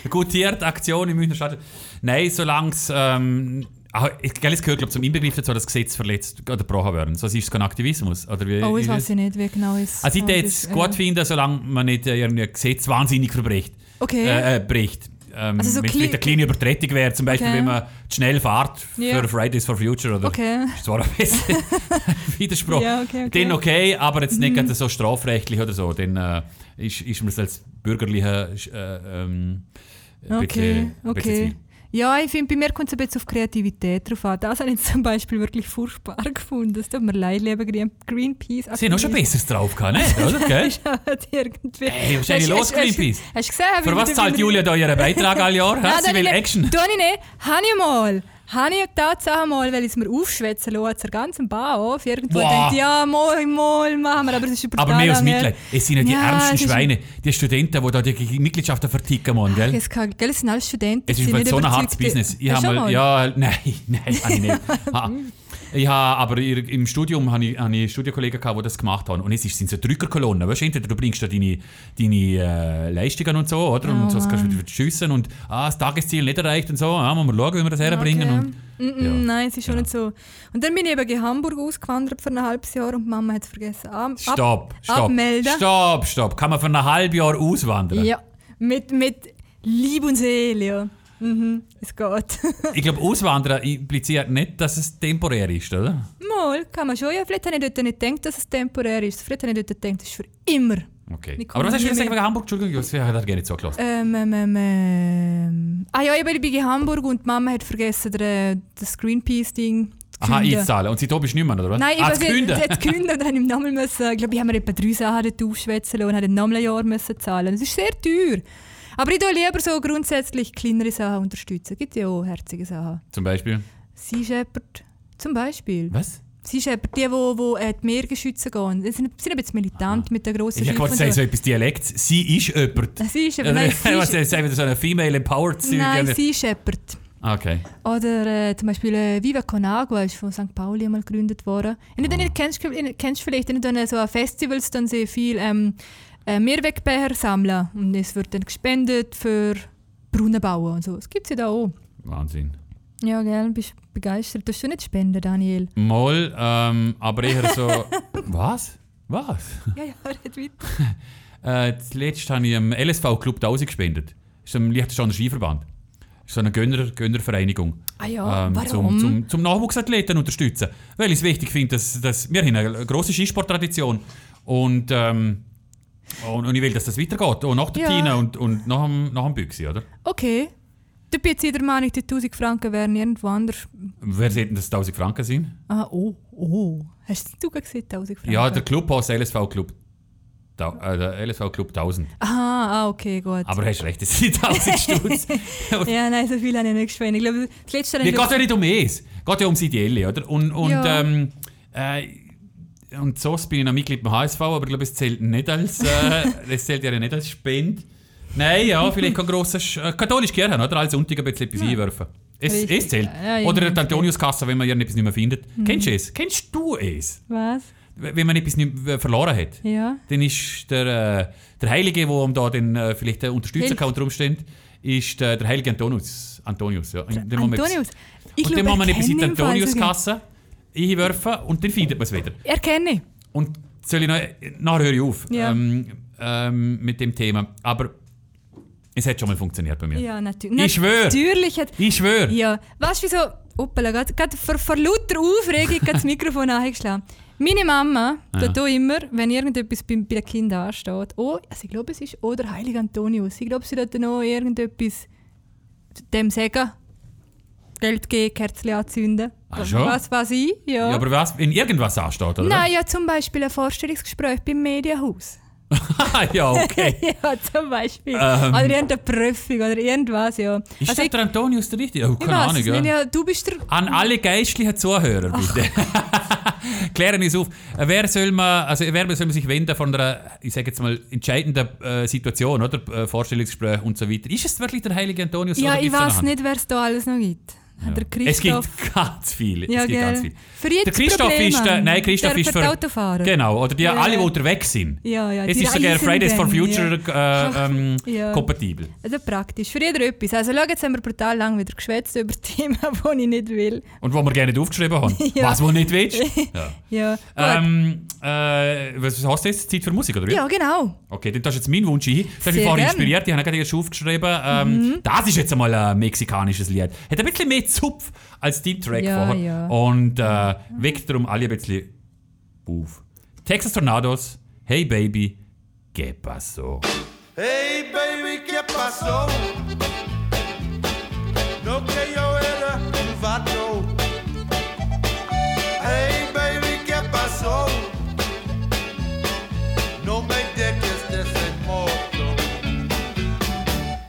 Speaker 2: gutiert Aktion im Münchner Stadion. Nein, solange es. Ähm, ah, ich- gell, es gehört, glaube zum Inbegriff dazu, dass das Gesetz verletzt oder gebrochen werden. Sonst ist es kein Aktivismus. Oder wie,
Speaker 1: Oh, ich
Speaker 2: ist
Speaker 1: weiß
Speaker 2: es?
Speaker 1: ja nicht, wie genau es
Speaker 2: Äh, Also, ich
Speaker 1: ja,
Speaker 2: würde
Speaker 1: das-
Speaker 2: es gut finden, solange man nicht äh, irgendein Gesetz wahnsinnig verbrecht.
Speaker 1: Okay.
Speaker 2: Äh, äh, bricht. Ähm,
Speaker 1: Also so
Speaker 2: wenn es
Speaker 1: kle-
Speaker 2: vielleicht eine kleine Übertretung wäre, zum Beispiel,
Speaker 1: Okay.
Speaker 2: wenn man zu schnell fährt für
Speaker 1: Ja.
Speaker 2: Fridays for Future oder [laughs]
Speaker 1: Okay.
Speaker 2: ist zwar ein
Speaker 1: [laughs]
Speaker 2: bisschen Widerspruch.
Speaker 1: Ja, okay, okay.
Speaker 2: Dann okay, aber jetzt nicht gerade so strafrechtlich oder so. Dann äh, ist, ist man es als bürgerlicher äh, ähm,
Speaker 1: Okay,
Speaker 2: ein bisschen- ein bisschen
Speaker 1: okay.
Speaker 2: zu viel.
Speaker 1: Ja, ich finde, bei mir kommt es ein bisschen auf Kreativität drauf an. Das habe ich zum Beispiel wirklich furchtbar [laughs] gefunden. Es tut mir leid, lieber Green Greenpeace.
Speaker 2: Sie haben noch schon Besseres drauf gehabt,
Speaker 1: [laughs]
Speaker 2: nicht? Oder? Gell?
Speaker 1: Ist halt irgendwie.
Speaker 2: Hey, was ist eigentlich los,
Speaker 1: Hast- hast-
Speaker 2: Greenpeace?
Speaker 1: Hast, hast du gesehen?
Speaker 2: Für was zahlt Julia da ihren Beitrag all Jahr? hä? Sie will Action.
Speaker 1: [laughs] Toni, ne? Habe ich mal. Habe ich Tatsache mal, weil ich es mir aufschwätzen lasse, zur ganzen Bahn auf. Irgendwo
Speaker 2: Boah.
Speaker 1: denkt, ja, mal, mal, machen wir, aber es ist brutal.
Speaker 2: Aber mehr aus
Speaker 1: lang her.
Speaker 2: Mitleid. Es sind ja die
Speaker 1: Ja,
Speaker 2: ärmsten
Speaker 1: es ist-
Speaker 2: Schweine, die Studenten, die da die Mitgliedschaften verticken wollen, gell?
Speaker 1: Es kann, gell, es sind alles Studenten.
Speaker 2: Es
Speaker 1: die
Speaker 2: ist im Fall
Speaker 1: nicht
Speaker 2: so ein hartes
Speaker 1: überzeugt-
Speaker 2: Business. Ich
Speaker 1: Hast
Speaker 2: habe
Speaker 1: du
Speaker 2: mal,
Speaker 1: schon
Speaker 2: ja, nein, [laughs] nein, habe
Speaker 1: [laughs]
Speaker 2: ich nicht. Ha. Ich habe, aber ihr- im Studium habe ich, habe ich Studienkollegen gehabt, die das gemacht haben. Und es ist- sind so Drückerkolonnen. Weißt du, entweder du bringst da deine, deine äh, Leistungen und so, oder?
Speaker 1: Oh
Speaker 2: und sonst kannst du
Speaker 1: Mann.
Speaker 2: wieder schiessen und ah, das Tagesziel nicht erreicht und so. Ja, muss man schauen, wie wir das herbringen.
Speaker 1: Okay.
Speaker 2: Und,
Speaker 1: Mm, mm,
Speaker 2: Ja.
Speaker 1: Nein, es ist schon
Speaker 2: Ja.
Speaker 1: nicht so. Und dann bin ich eben in Hamburg ausgewandert für ein halbes Jahr und die Mama hat es vergessen. Ab, ab-
Speaker 2: stopp, stopp,
Speaker 1: abmelden.
Speaker 2: stopp, stopp. Kann man für ein halbes Jahr auswandern?
Speaker 1: Ja, mit, mit Liebe und Seele. Ja. Mhm, es geht. [laughs]
Speaker 2: Ich glaube, auswandern impliziert nicht, dass es temporär ist, oder?
Speaker 1: Mal, kann man schon. Ja, vielleicht habe ich dort nicht gedacht, dass es temporär ist. Vielleicht habe ich dort gedacht, es ist für immer.
Speaker 2: Okay.
Speaker 1: Ich komme
Speaker 2: Aber was hast du
Speaker 1: nie
Speaker 2: gesagt
Speaker 1: mehr-
Speaker 2: wegen Hamburg? Entschuldigung, ich habe da gerne zugelassen.
Speaker 1: Ähm, ähm, ähm, ähm. Ah ja, eben, ich bin in Hamburg und die Mama hat vergessen, der, äh, das Greenpeace-Ding zu
Speaker 2: Aha,
Speaker 1: zünden.
Speaker 2: einzahlen. Und seitdem bist du nicht mehr, oder was?
Speaker 1: Nein, ich
Speaker 2: ah,
Speaker 1: weiß
Speaker 2: zu künden.
Speaker 1: nicht, sie hat gekündigt und dann im Namen müssen, ich glaube, ich habe mir etwa drei Sachen dort aufschwätzen lassen und habe den Namen ein Jahr müssen zahlen. Es ist sehr teuer. Aber ich tue lieber so grundsätzlich kleinere Sachen unterstützen. Es gibt ja auch herzige Sachen.
Speaker 2: Zum Beispiel.
Speaker 1: Sea Shepherd zum Beispiel.
Speaker 2: Was?
Speaker 1: Sea Shepherd, die, wo, wo äh, die Meergeschütze gehen. Sie sind, sind ein bisschen militant mit der grossen
Speaker 2: Ah. Ich habe gerade gesagt, so etwas Dialekt. Sie ist jemand.
Speaker 1: Sie ist aber
Speaker 2: [laughs]
Speaker 1: nein, sie
Speaker 2: Was
Speaker 1: ist,
Speaker 2: ist wieder so eine Female Empowered Zeug.
Speaker 1: nein, Sea Shepherd.
Speaker 2: Ah, Okay.
Speaker 1: Oder äh, zum Beispiel äh, Viva Con Agua ist von St. Pauli mal gegründet worden. Und dann kennst du in- kennst du vielleicht in dann äh, so an Festivals, dann sehr viel ähm, äh, Mehrwegbecher sammeln. Und es wird dann gespendet für Brunnenbauer und so. Das gibt es ja da auch.
Speaker 2: Wahnsinn.
Speaker 1: Ja, gell, bist begeistert. Du hast schon nicht spenden, Daniel.
Speaker 2: Moll, ähm, aber eher so. was? Was?
Speaker 1: [laughs] ja, ja, red weiter.
Speaker 2: Äh, zuletzt habe ich im LSV Club 1000 gespendet. Das ist ein Liechtensteiner Skiverband. Das ist so eine Gönner, Gönnervereinigung.
Speaker 1: Ah ja, warum?
Speaker 2: Ähm, zum, zum, zum Nachwuchsathleten unterstützen. Weil ich es wichtig finde, dass, dass wir haben eine große Skisporttradition und, ähm, und, und ich will, dass das weitergeht. Auch nach der
Speaker 1: Ja.
Speaker 2: Tina und, und nach dem, nach dem Büchse, oder?
Speaker 1: Okay. Du bist jetzt der Meinung, die 1000 Franken wären irgendwo anders.
Speaker 2: Wer sieht denn, dass es 1000 Franken sind?
Speaker 1: Ah, oh, oh. Hast du gesehen, 1000 Franken?
Speaker 2: Ja, der Club heißt LSV Club. Da, äh, der LSV Club 1000.
Speaker 1: Aha, ah, okay, gut.
Speaker 2: Aber du hast recht, es sind 1000 Stutz. [laughs]
Speaker 1: Ja, nein, so viel habe ich nicht gespendet. Ich glaube, das letzte habe
Speaker 2: Mir
Speaker 1: ich
Speaker 2: geht ja nicht um es. geht ja um Ideelle, oder? Und, und,
Speaker 1: Ja.
Speaker 2: ähm, äh, und so bin ich noch Mitglied beim HSV, aber ich glaube, es zählt nicht als,
Speaker 1: [laughs]
Speaker 2: äh, es zählt ja nicht als Spend. Nein, ja, vielleicht kein grosser, Sch- äh, katholisch gerne, oder? Als Sonntag ein bisschen etwas einwerfen. Es,
Speaker 1: Richtig. Mhm.
Speaker 2: es zählt.
Speaker 1: Ja, ja,
Speaker 2: oder
Speaker 1: ja.
Speaker 2: die Antoniuskasse, wenn man irgendetwas nicht mehr findet. Kennst du es? Kennst du es?
Speaker 1: Was?
Speaker 2: Wenn man etwas nicht mehr verloren hat.
Speaker 1: Ja.
Speaker 2: Dann ist der, äh, der Heilige, der ihm da den, äh, vielleicht äh, unterstützen
Speaker 1: Hilft.
Speaker 2: kann und rumsteht, ist äh, der Heilige Antonius. Antonius, ja. In dem Moment-
Speaker 1: Antonius. Ich
Speaker 2: und
Speaker 1: glaube,
Speaker 2: dann muss man
Speaker 1: er
Speaker 2: etwas in die
Speaker 1: kenne ihn falls
Speaker 2: Antoniuskasse einwerfen und dann findet man es wieder.
Speaker 1: irgendwie. Er kenne ich.
Speaker 2: Und soll ich noch, nachher höre ich auf
Speaker 1: Ja.
Speaker 2: ähm, ähm, mit dem Thema. Aber Es hat schon mal funktioniert bei mir.
Speaker 1: Ja, natü
Speaker 2: Ich schwöre.
Speaker 1: Natürlich hat.
Speaker 2: Ich schwöre.
Speaker 1: Ja, weißt du, wieso? Uppala, gerade vor, vor lauter Aufregung
Speaker 2: [laughs]
Speaker 1: hat das Mikrofon angeschlagen. Meine Mama
Speaker 2: Ja.
Speaker 1: tut auch immer, wenn irgendetwas bei, bei den Kindern ansteht, oh, also ich glaube, es ist oder Heilig Antonius. Ich glaube, sie tut dann auch irgendetwas dem sagen. Geld geben, Kerzen anzünden.
Speaker 2: Ach Ah, schon?
Speaker 1: Was weiß ich, ja.
Speaker 2: Ja, aber was, wenn irgendwas ansteht, oder?
Speaker 1: Nein, ja, zum Beispiel ein Vorstellungsgespräch beim Medienhaus.
Speaker 2: [laughs]
Speaker 1: [laughs]
Speaker 2: ja, okay.
Speaker 1: ja, zum Beispiel.
Speaker 2: Ähm.
Speaker 1: Oder irgendeine Prüfung oder irgendwas, ja.
Speaker 2: Ist
Speaker 1: also
Speaker 2: das
Speaker 1: ich,
Speaker 2: der Antonius der Richtige? Oh,
Speaker 1: ich
Speaker 2: keine
Speaker 1: weiß
Speaker 2: Ahnung,
Speaker 1: es nicht,
Speaker 2: ja. Ah,
Speaker 1: ja. Du bist der
Speaker 2: An alle geistlichen Zuhörer,
Speaker 1: [laughs]
Speaker 2: bitte. Klären uns auf. Äh, Wer soll man, also wer soll man sich wenden von einer, ich sage jetzt mal, entscheidenden äh, Situation, oder? Äh, Vorstellungsgespräch und so weiter. Ist es wirklich der heilige Antonius?
Speaker 1: Ja,
Speaker 2: oder
Speaker 1: ich
Speaker 2: also gibt's da noch
Speaker 1: weiß
Speaker 2: einen?
Speaker 1: nicht, wer es da alles noch gibt. Der
Speaker 2: Ja. Es
Speaker 1: Christoph.
Speaker 2: gibt ganz viele.
Speaker 1: ja,
Speaker 2: es gibt
Speaker 1: gell.
Speaker 2: ganz viele.
Speaker 1: Für jedes
Speaker 2: Der Christoph
Speaker 1: Problem,
Speaker 2: ist, der,
Speaker 1: Mann.
Speaker 2: nein, Christoph
Speaker 1: der
Speaker 2: ist
Speaker 1: für die
Speaker 2: für-
Speaker 1: Autofahrer.
Speaker 2: Genau, oder die
Speaker 1: Ja.
Speaker 2: alle, die unterwegs sind.
Speaker 1: Ja, ja,
Speaker 2: es
Speaker 1: die
Speaker 2: ist sogar
Speaker 1: Reisenden,
Speaker 2: Fridays for Future
Speaker 1: Ja.
Speaker 2: äh, ähm,
Speaker 1: Ja.
Speaker 2: kompatibel.
Speaker 1: Also praktisch, für jeder etwas. Also schau, jetzt haben wir brutal lang wieder geschwätzt über [laughs] Themen, die ich nicht will.
Speaker 2: Und wo wir gerne nicht aufgeschrieben haben.
Speaker 1: [laughs] Ja.
Speaker 2: Was, wo
Speaker 1: [laughs]
Speaker 2: nicht willst. Ja.
Speaker 1: Ja, gut.
Speaker 2: Ähm, äh, was hast du jetzt? Zeit für Musik, oder wie?
Speaker 1: ja genau.
Speaker 2: Okay, dann hast du jetzt meinen Wunsch ein. Das ist
Speaker 1: Sehr Mhm.
Speaker 2: vorhin
Speaker 1: gern.
Speaker 2: inspiriert, ich habe gerade erst aufgeschrieben. Ähm, Das ist jetzt einmal ein mexikanisches Lied. Hat ein bisschen mehr Zupf als die Track
Speaker 1: Ja,
Speaker 2: vorher.
Speaker 1: ja.
Speaker 2: Und äh, weckt darum alle ein bisschen auf. Texas Tornados, Hey Baby, que pasó?
Speaker 3: Hey baby, ¿qué pasó? No que yo era un vato. Hey baby, ¿qué pasó? No me dejes de ese modo.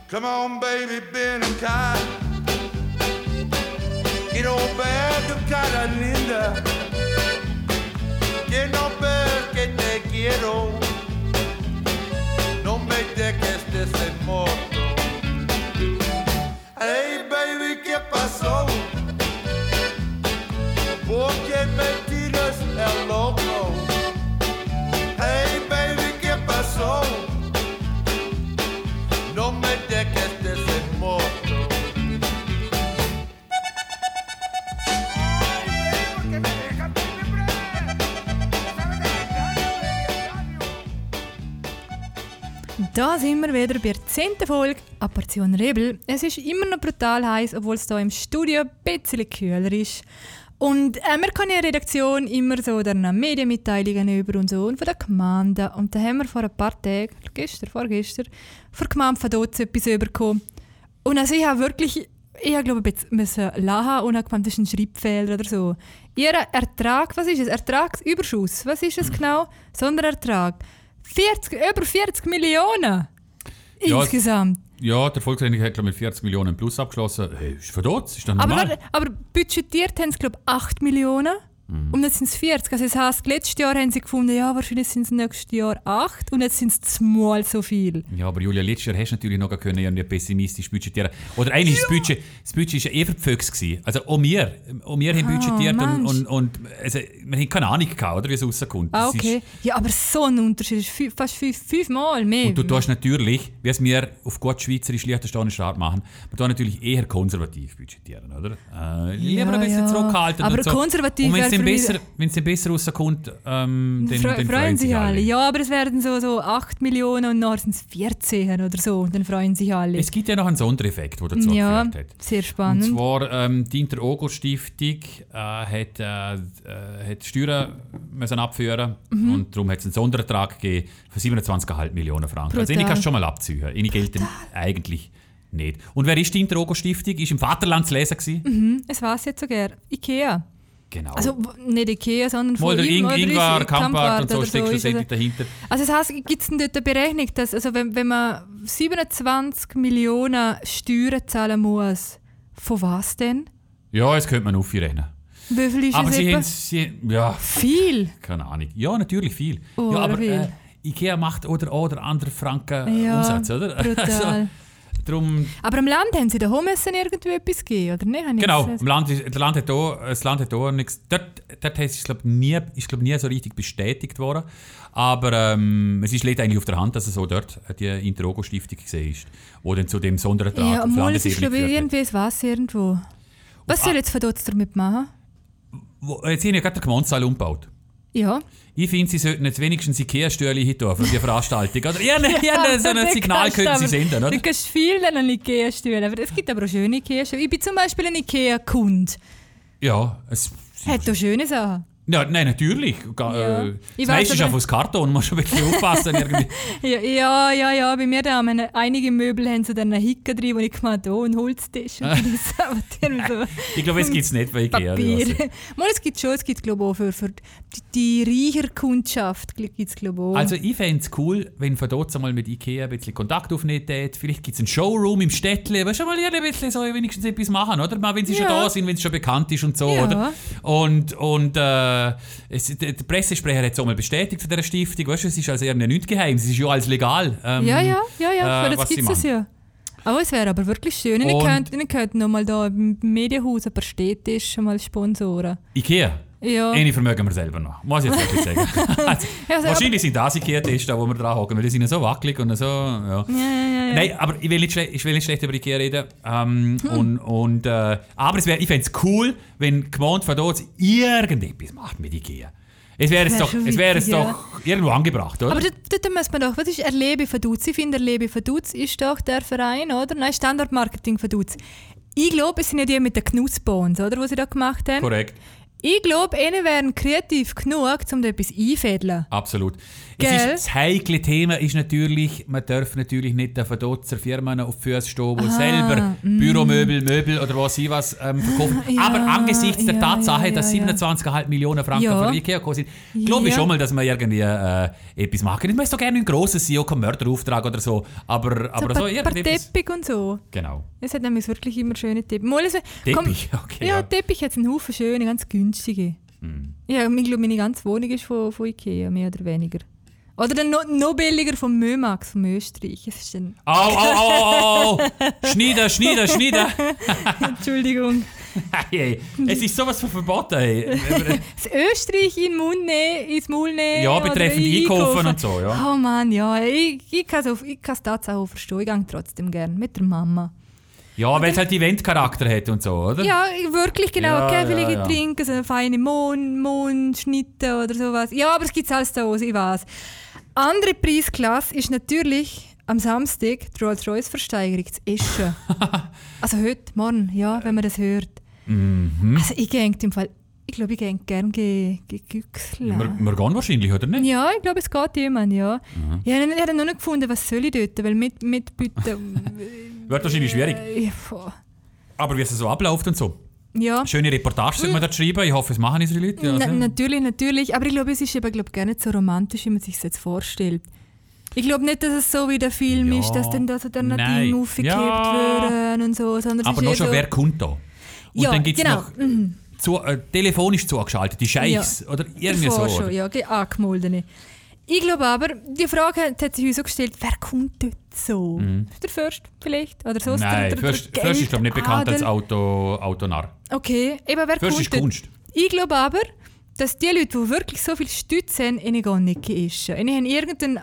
Speaker 3: Come on baby, ven acá. Quiero ver tu cara linda. Quiero ver que te quiero. No me dejes de ese modo. Hey baby, ¿qué pasó? ¿Por qué me tiras el loco? Hey baby, ¿qué pasó? No me dejes de ese modo.
Speaker 1: Da sind wir wieder bei der 10. Folge A Portion Rebel. Es ist immer noch brutal heiß, obwohl es hier im Studio ein bisschen kühler ist. Und äh, wir können in der Redaktion immer so dann Medienmitteilungen über und so und von der Gemeinde. Und da haben wir vor ein paar Tagen, gestern, vorgestern, von der Gemeinde von dort etwas bekommen. Und also ich habe wirklich, ich habe, glaube ich, jetzt müssen lachen und habe gemeint, das ist ein Schreibfehler oder so. Ihr Ertrag, was ist es? Ertragsüberschuss, was ist
Speaker 2: Mhm.
Speaker 1: es genau? Sonderertrag. 40, über 40 Millionen
Speaker 2: Ja,
Speaker 1: insgesamt.
Speaker 2: Ja, der Volksrenig hat glaub ich, mit 40 Millionen plus abgeschlossen. Hey, ist verdutzt, ist doch
Speaker 1: Aber,
Speaker 2: normal.
Speaker 1: warte, aber budgetiert haben sie, glaube ich, 8 Millionen.
Speaker 2: Mhm.
Speaker 1: Und jetzt sind es 40. Also das heisst, letztes Jahr haben sie gefunden, ja, wahrscheinlich sind es nächstes Jahr 8 und jetzt sind es zweimal so viel.
Speaker 2: Ja, aber Julia, letztes Jahr hast du natürlich noch können, ja nicht pessimistisch budgetieren. Oder eigentlich ist das Budget, das Budget war ja eh für die Füchse. gewesen. Also auch wir, auch wir haben
Speaker 1: Ah,
Speaker 2: budgetiert und,
Speaker 1: meinst
Speaker 2: und, und also, wir haben keine Ahnung gehabt, oder, wie es rauskommt.
Speaker 1: Ah,
Speaker 2: Das ist-
Speaker 1: okay. Ja, aber so ein Unterschied ist fü- fast fünf, fünfmal mehr.
Speaker 2: und du tust natürlich, wie es wir auf gut schweizerisch liechtensteinische Art machen, wir tun natürlich eher konservativ budgetieren, oder? Äh, lieber
Speaker 1: Ja,
Speaker 2: ein bisschen
Speaker 1: ja.
Speaker 2: zurückhalten.
Speaker 1: Aber
Speaker 2: und so.
Speaker 1: konservativ
Speaker 2: Und wenn
Speaker 1: wäre
Speaker 2: es dann
Speaker 1: für mich-
Speaker 2: besser, wenn's dann besser rauskommt, ähm, dann,
Speaker 1: Fre
Speaker 2: dann
Speaker 1: freuen sich alle. Ja, aber es werden so, so 8 Millionen und nachher sind es 14 oder so und dann freuen sich alle.
Speaker 2: Es gibt ja noch einen Sondereffekt, der dazu
Speaker 1: ja,
Speaker 2: geführt hat.
Speaker 1: sehr
Speaker 2: Und
Speaker 1: spannend.
Speaker 2: zwar ähm, die Inter Stiftung äh, hat, äh, äh, hat Steuern müssen abführen
Speaker 1: Mhm.
Speaker 2: und darum hat es einen Sonderertrag gegeben von 27,5 Millionen Franken. Also
Speaker 1: Brutal.
Speaker 2: ich kannst du schon mal abziehen. Eine gilt eigentlich nicht. Und wer ist die Inter Stiftung? Ist im Vaterland zu lesen gewesen?
Speaker 1: Hm, Es war es jetzt sogar. Ikea.
Speaker 2: Genau.
Speaker 1: Also w- nicht Ikea, sondern
Speaker 2: Mal der Ing
Speaker 1: oder ist-
Speaker 2: Ingvar, Kampart und so
Speaker 1: oder
Speaker 2: steckt
Speaker 1: ist es-
Speaker 2: schlussendlich dahinter.
Speaker 1: Also es heißt, gibt es denn dort eine Berechnung, dass also wenn, wenn man 27 Millionen Steuern zahlen muss, von was denn?
Speaker 2: Ja, jetzt könnte man aufrechnen.
Speaker 1: Wie viel ist
Speaker 2: Aber
Speaker 1: es
Speaker 2: sie
Speaker 1: etwa?
Speaker 2: haben, sie, ja,
Speaker 1: Viel!
Speaker 2: keine Ahnung. Ja, natürlich viel.
Speaker 1: Oh,
Speaker 2: ja, aber
Speaker 1: viel.
Speaker 2: Äh, Ikea macht oder oder andere Franken äh,
Speaker 1: Ja,
Speaker 2: Umsatz, oder? [laughs] Also
Speaker 1: Brutal.
Speaker 2: Drum
Speaker 1: Aber am Land haben sie da müssen irgendwie etwas gegeben, oder nicht? Habe ich
Speaker 2: Genau,
Speaker 1: jetzt-
Speaker 2: im Land ist, das Land hat da, das Land hat da nichts. Dort, dort ist es, glaube nie, ist, glaub, nie so richtig bestätigt worden. Aber ähm, es ist liegt eigentlich auf der Hand, dass es so dort äh, die Interogo-Stiftung gesehen ist, wo dann zu dem Sonderertrag
Speaker 1: Ja,
Speaker 2: auf
Speaker 1: obwohl es ist
Speaker 2: Landesebene
Speaker 1: glaube ich
Speaker 2: geführt hat.
Speaker 1: irgendwie das Wasser Ah. irgendwo. Was soll jetzt verdutzt damit machen?
Speaker 2: Wo- Jetzt haben ja gerade den Gemeindesaal umgebaut.
Speaker 1: Ja.
Speaker 2: Ich finde, sie sollten jetzt wenigstens Ikea-Stühle hinten für die Veranstaltung. Oder? Ja, nein,
Speaker 1: [laughs]
Speaker 2: ja,
Speaker 1: Ja,
Speaker 2: nein, so ein
Speaker 1: das
Speaker 2: Signal
Speaker 1: kannst
Speaker 2: könnten sie
Speaker 1: aber-
Speaker 2: senden, oder?
Speaker 1: Du kannst viel an einen Ikea-Stühlen, aber es gibt aber auch schöne Ikea-Stühle. Ich bin zum Beispiel ein Ikea-Kunde.
Speaker 2: Ja, es,
Speaker 1: Hat auch schöne Sachen.
Speaker 2: ja, nein, natürlich. Ga-
Speaker 1: Ja.
Speaker 2: äh,
Speaker 1: Ich
Speaker 2: Das
Speaker 1: weiß
Speaker 2: meiste ist
Speaker 1: aber-
Speaker 2: auf aus Karton, musst du wirklich aufpassen. irgendwie.
Speaker 1: Ja, ja, ja, ja, bei mir da haben wir einige Möbel haben so dann einen Hicker drin, wo ich gemacht habe, oh, einen Holztisch [laughs] und das, aber die haben [laughs] so
Speaker 2: Ich glaube, es gibt es nicht bei Ikea. oder was.
Speaker 1: Papier. Mal, es gibt schon, es gibt glaube ich auch für, für die, die Riecherkundschaft gibt es glaube ich auch.
Speaker 2: Also ich fände es cool, wenn von dort mal mit Ikea ein bisschen Kontakt aufnehmen tät. Vielleicht gibt es einen Showroom im Städtli, weißt du, mal hier ein bisschen so wenigstens etwas machen, oder? Mal, wenn sie schon
Speaker 1: Ja.
Speaker 2: da sind, wenn es schon bekannt ist und so,
Speaker 1: Ja.
Speaker 2: oder? Und, und äh, es, der der Pressesprecher hat es auch mal bestätigt zu dieser Stiftung, weißt du, es ist also eher nicht geheim, es ist ja alles legal. ähm,
Speaker 1: ja, ja, ja, ja,
Speaker 2: äh,
Speaker 1: für das
Speaker 2: was sie
Speaker 1: gibt es das
Speaker 2: machen.
Speaker 1: ja. Aber es wäre aber wirklich schön. Und ich
Speaker 2: Und-
Speaker 1: könnte, ich könnte nochmal da im Medienhaus ein paar Städtische mal sponsoren.
Speaker 2: Ikea.
Speaker 1: Ja.
Speaker 2: Eine vermögen wir selber noch, muss ich jetzt
Speaker 1: [laughs]
Speaker 2: wirklich sagen. also,
Speaker 1: Ja, also,
Speaker 2: wahrscheinlich sind das Ikea-Tests, wo wir dran hocken, weil die sind ja so wackelig und so, ja.
Speaker 1: aber- Ja, ja, Hm. ja, ja.
Speaker 2: Nein, aber ich will nicht, schle- ich will nicht schlecht über Ikea reden. Ähm, und, und, äh, aber es wär, ich fände es cool, wenn Gmont von dort irgendetwas macht mit Ikea. Es wäre es
Speaker 1: Wär
Speaker 2: doch,
Speaker 1: schon
Speaker 2: es wär es
Speaker 1: witzig, ja.
Speaker 2: doch irgendwo angebracht, oder?
Speaker 1: Aber dort, dort muss man doch, was ist Erlebe Vaduz? Ich finde, Erlebe Vaduz ist doch der Verein, oder? Nein, Standardmarketing Vaduz. Ich glaube, es sind ja die mit den Knutzbones, oder, was sie da gemacht haben.
Speaker 2: Korrekt,
Speaker 1: Ich glaube, ihnen wären kreativ genug, um da etwas einfädeln.
Speaker 2: absolut. Es
Speaker 1: Gell?
Speaker 2: ist, das heikle Thema ist natürlich, man darf natürlich nicht den Verdotzer Firmen auf die Füße stehen, die
Speaker 1: Ah,
Speaker 2: selber Büromöbel, Möbel oder was ich was ähm, verkaufen.
Speaker 1: mhm. [laughs] Ja,
Speaker 2: aber angesichts der
Speaker 1: ja,
Speaker 2: Tatsache,
Speaker 1: ja,
Speaker 2: dass
Speaker 1: ja, ja.
Speaker 2: 27,5 Millionen Franken
Speaker 1: Ja.
Speaker 2: für Ikea gekommen sind, glaube ich
Speaker 1: Ja.
Speaker 2: schon mal, dass man irgendwie äh, etwas machen kann. Man ist doch gerne ein grosses CEO, kein Mörderauftrag E oder so, aber
Speaker 1: So ein
Speaker 2: aber so
Speaker 1: paar- paar
Speaker 2: irgendetwas.
Speaker 1: Teppich und so.
Speaker 2: Genau.
Speaker 1: Es hat nämlich wirklich immer schöne Teppiche. Mal, also, komm-
Speaker 2: Teppich, [laughs] okay.
Speaker 1: Ja,
Speaker 2: ja.
Speaker 1: Teppich hat einen Haufen schöne, ganz günstige.
Speaker 2: Hm.
Speaker 1: Ja, ich glaube, meine ganze Wohnung ist von, von Ikea, mehr oder weniger. Oder dann noch, noch billiger vom Mömax, vom Österreich. Es ist ein
Speaker 2: Au, au, au,
Speaker 1: [laughs]
Speaker 2: au, au, au. Schneiden, schneiden, schneiden.
Speaker 1: Entschuldigung.
Speaker 2: [laughs]
Speaker 1: [laughs]
Speaker 2: Hey, es ist sowas von verboten. Hey.
Speaker 1: Das Österreich in den Mund nehmen, ins Maul nehmen.
Speaker 2: Ja,
Speaker 1: oder
Speaker 2: betreffend Einkaufen und so, ja.
Speaker 1: Oh Mann, ja, ich, ich kann es ich kann's tatsächlich auch verstehen. Ich gehe trotzdem gern mit der Mama.
Speaker 2: Ja, weil es halt Eventcharakter hat und so, oder?
Speaker 1: Ja, wirklich, genau.
Speaker 2: Ja,
Speaker 1: okay,
Speaker 2: ja,
Speaker 1: vielleicht
Speaker 2: ja.
Speaker 1: trinken, so eine feine Mohn, Mohnschnitte oder sowas. Ja, aber es gibt alles da aus, ich weiß. Andere Preisklasse ist natürlich am Samstag die Rolls-Royce-Versteigerung zu
Speaker 2: [laughs]
Speaker 1: Eschen. also heute, morgen, ja, wenn man das hört.
Speaker 2: Mhm.
Speaker 1: Also ich gehe im Fall, ich glaube, ich gehe gerne ge, ge, güchseln.
Speaker 2: Wir, wir gehen wahrscheinlich, oder nicht?
Speaker 1: genau. Ja, ich glaube, es geht jemand, ja.
Speaker 2: Mhm.
Speaker 1: Ich habe ich habe noch nicht gefunden, was soll ich dort, weil mit, mitbieten...
Speaker 2: Wird wahrscheinlich [laughs] schwierig.
Speaker 1: äh, ja, boah.
Speaker 2: Aber wie es so abläuft und so.
Speaker 1: ja.
Speaker 2: Schöne Reportage sollte man da schreiben. Ich hoffe, es machen unsere Leute. Ja,
Speaker 1: Na,
Speaker 2: also.
Speaker 1: natürlich, natürlich. Aber ich glaube, es ist eben glaub, gar nicht so romantisch, wie man sich das jetzt vorstellt. Ich glaube nicht, dass es so wie der Film
Speaker 2: Ja,
Speaker 1: ist, dass dann da so der
Speaker 2: nein.
Speaker 1: Nadine aufgekippt
Speaker 2: Ja.
Speaker 1: werden und so. Sondern es
Speaker 2: Aber
Speaker 1: ist
Speaker 2: noch
Speaker 1: eher
Speaker 2: schon,
Speaker 1: so,
Speaker 2: wer kommt da? Und
Speaker 1: also Ja,
Speaker 2: dann gibt es
Speaker 1: genau.
Speaker 2: noch zu, äh, telefonisch zugeschaltet, die Scheichs oder irgendwie so.
Speaker 1: davor
Speaker 2: Oder?
Speaker 1: schon, ja, ge- angemeldete. Ich glaube aber, die Frage hat hat sich uns auch gestellt, wer kommt dort so? Der Fürst vielleicht? Oder so?
Speaker 2: Mhm. Nein, Fürst, Fürst ist glaube ich nicht bekannt als
Speaker 1: Auto.
Speaker 2: Auto, Autonarr.
Speaker 1: Okay, eben wer
Speaker 2: Fürst
Speaker 1: kommt
Speaker 2: ist
Speaker 1: dort?
Speaker 2: Kunst.
Speaker 1: Ich glaube aber, dass die Leute, die wirklich so viel Stütze haben, ihnen gar nicht ist. Ihnen haben irgendeinen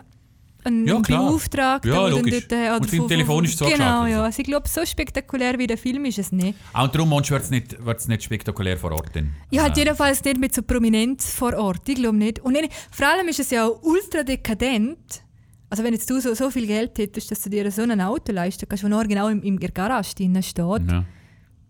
Speaker 1: einen
Speaker 2: Ja, klar.
Speaker 1: Beauftragten,
Speaker 2: Ja,
Speaker 1: der dann
Speaker 2: logisch.
Speaker 1: äh,
Speaker 2: Und
Speaker 1: oder
Speaker 2: sind
Speaker 1: von-
Speaker 2: telefonisch
Speaker 1: von- Genau,
Speaker 2: zugeschaltet.
Speaker 1: ja. Also ich glaube, so spektakulär wie der Film ist es nicht.
Speaker 2: Auch und darum wird es nicht, wird's nicht spektakulär vor Ort. Denn.
Speaker 1: Ja, halt jedenfalls nicht mit so Prominenz vor Ort. Ich glaube nicht. Und ihnen- vor allem ist es ja auch ultra dekadent. Also wenn jetzt du so, so viel Geld hättest, dass du dir so ein Auto leisten kannst, das noch genau im, im Garage drinnen steht,
Speaker 2: Ja.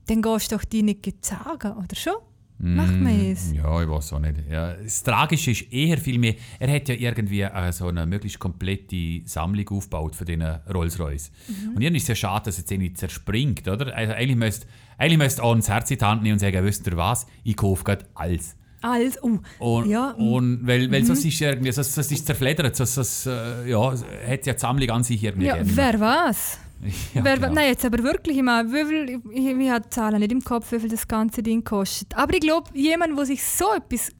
Speaker 1: dann gehst du doch die nicht sagen, oder schon?
Speaker 2: Mm.
Speaker 1: Macht man es.
Speaker 2: Ja, ich weiß auch nicht. Ja, das Tragische ist eher vielmehr, er hat ja irgendwie äh, so eine möglichst komplette Sammlung aufgebaut von diesen Rolls-Royce.
Speaker 1: Mhm.
Speaker 2: Und irgendwie ist es ja schade, dass jetzt irgendwie zerspringt, oder? Also eigentlich müsst eigentlich müsst auch ans Herz in die Hand nehmen und sagen, wisst ihr was, ich kaufe gerade alles.
Speaker 1: Alles, uh.
Speaker 2: Und,
Speaker 1: ja, mhm.
Speaker 2: und weil, weil sonst ist ja irgendwie, sonst, sonst ist es zerfleddert, sonst, sonst äh, ja, hat ja die Sammlung an sich irgendwie
Speaker 1: Ja,
Speaker 2: gerne.
Speaker 1: wer was?
Speaker 2: [laughs] Ja,
Speaker 1: wer,
Speaker 2: genau.
Speaker 1: Nein, jetzt aber wirklich, ich meine, wie viel, ich, ich habe die Zahlen nicht im Kopf, wie viel das ganze Ding kostet. Aber ich glaube, jemand, der sich so etwas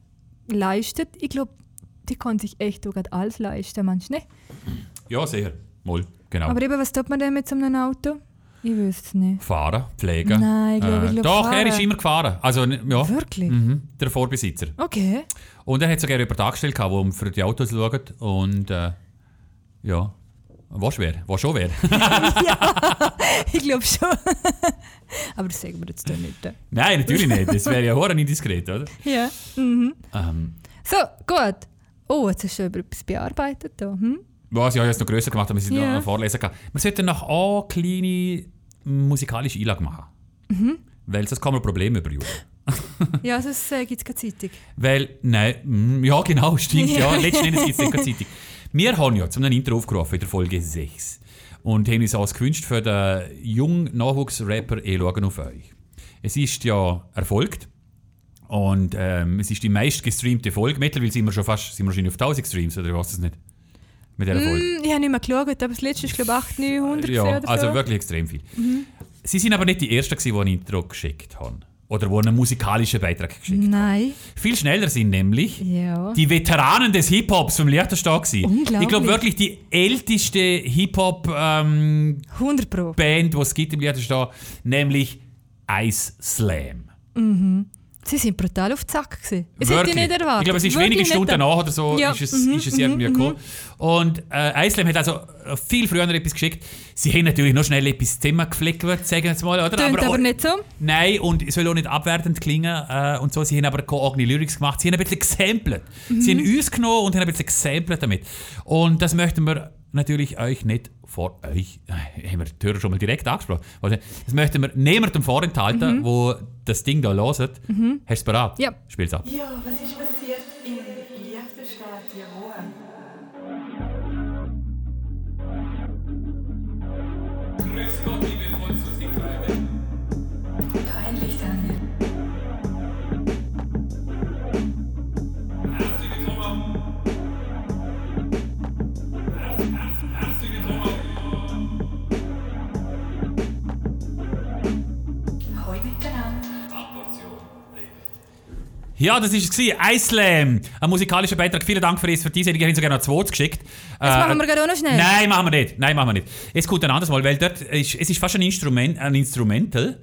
Speaker 1: leistet, ich glaube, die kann sich echt auch grad alles leisten, manchmal nicht.
Speaker 2: Ja, sehr. Mal, genau.
Speaker 1: Aber eben, was tut man denn mit so einem Auto? Ich wüsste es nicht.
Speaker 2: fahren, pflegen. Äh,
Speaker 1: Nein, ich glaub, ich glaub,
Speaker 2: Doch, er
Speaker 1: fahren.
Speaker 2: ist immer gefahren. Also, n- ja.
Speaker 1: Wirklich?
Speaker 2: Mhm, der Vorbesitzer.
Speaker 1: Okay. [laughs]
Speaker 2: Und er hat sogar über Tag gestellt, gehabt, wo man für die Autos schaut. Und äh, ja, was wer? Was schon [laughs] wer?
Speaker 1: Ich glaube schon. [laughs] aber das sagen wir jetzt doch nicht.
Speaker 2: [laughs] Nein, natürlich nicht. Das wäre ja hoher indiskret, oder?
Speaker 1: Ja.
Speaker 2: Ähm,
Speaker 1: mhm. So, gut. Oh, jetzt hast du über etwas bearbeitet. Da. Hm?
Speaker 2: Was, ja, ich habe es noch grösser gemacht, aber wir sind
Speaker 1: Ja.
Speaker 2: noch äh, vorlesen kann. Wir sollten noch eine kleine musikalische Einlage machen. Weil sonst kann man Probleme überjubeln. Hm.
Speaker 1: Ja, sonst äh, gibt es keine Zeitung.
Speaker 2: Weil, nein, mm, ja genau, stimmt, ja. Letzten Endes gibt es keine Zeitung. Wir haben ja zum Intro aufgerufen in der Folge 6 und haben uns alles gewünscht für den jungen Nachwuchsrapper «Ich schaue auf euch». Es ist ja erfolgt und ähm, es ist die meistgestreamte Folge. Mittlerweile sind wir schon fast, sind wir wahrscheinlich auf 1000 Streams oder was es nicht, mit dieser Folge.
Speaker 1: Hm, ich habe nicht mehr geschaut, aber das letzte ist, glaube ich, 800, 900
Speaker 2: Ja,
Speaker 1: gewesen oder
Speaker 2: also
Speaker 1: so.
Speaker 2: wirklich extrem viel. Sie sind aber nicht die Ersten, gewesen, die ein Intro geschickt haben. Oder die einen musikalischen Beitrag geschickt
Speaker 1: Nein.
Speaker 2: Viel schneller sind nämlich
Speaker 1: Ja.
Speaker 2: die Veteranen des Hip-Hops vom Liechtenstein gewesen.
Speaker 1: Unglaublich.
Speaker 2: Ich glaube wirklich die älteste Hip-Hop-Band,
Speaker 1: 100 Pro.
Speaker 2: die es gibt im Liechtenstein, nämlich Ice Slam.
Speaker 1: Sie sind brutal auf die Zack. gewesen. Das hätte
Speaker 2: Wirklich.
Speaker 1: ich nicht erwartet.
Speaker 2: Ich glaube, es ist
Speaker 1: Wirklich
Speaker 2: wenige
Speaker 1: nicht
Speaker 2: Stunden
Speaker 1: erwartet.
Speaker 2: nach oder so,
Speaker 1: Ja,
Speaker 2: ist es,
Speaker 1: mhm,
Speaker 2: ist es irgendwie gekommen. Und äh, Islam hat also äh, viel früher etwas geschickt. Sie haben natürlich noch schnell etwas ins Zimmer geflickt, sagen wir jetzt mal, oder?
Speaker 1: Tönt aber,
Speaker 2: auch-
Speaker 1: nicht so.
Speaker 2: Nein, und es soll auch nicht abwertend klingen. Äh, und so, sie haben aber keine eigene Lyrics gemacht. Sie haben ein bisschen gesamplet. Sie haben uns genommen und haben ein bisschen gesamplet damit. Und das möchten wir natürlich euch nicht vor euch, äh, haben wir die Hörer schon mal direkt angesprochen. Also, Das möchten wir niemandem vorenthalten, wo das Ding da loset. Hast du es bereit?
Speaker 1: Ja.
Speaker 2: Spiel's ab.
Speaker 4: Ja, was ist passiert in Liechtenstein, Tirol? Peinlich, Daniel. Hallo miteinander.
Speaker 2: Ja, das war es. gewesen. Islam. Ein musikalischer Beitrag. Vielen Dank für die Expertise. Ich hätte sogar noch zwei geschickt. Das
Speaker 1: machen wir gerade auch noch schnell.
Speaker 2: Nein, machen wir nicht. Nein, machen wir nicht. Es kommt ein anderes Mal, weil dort ist, es ist fast ein, Instrument, ein Instrumental.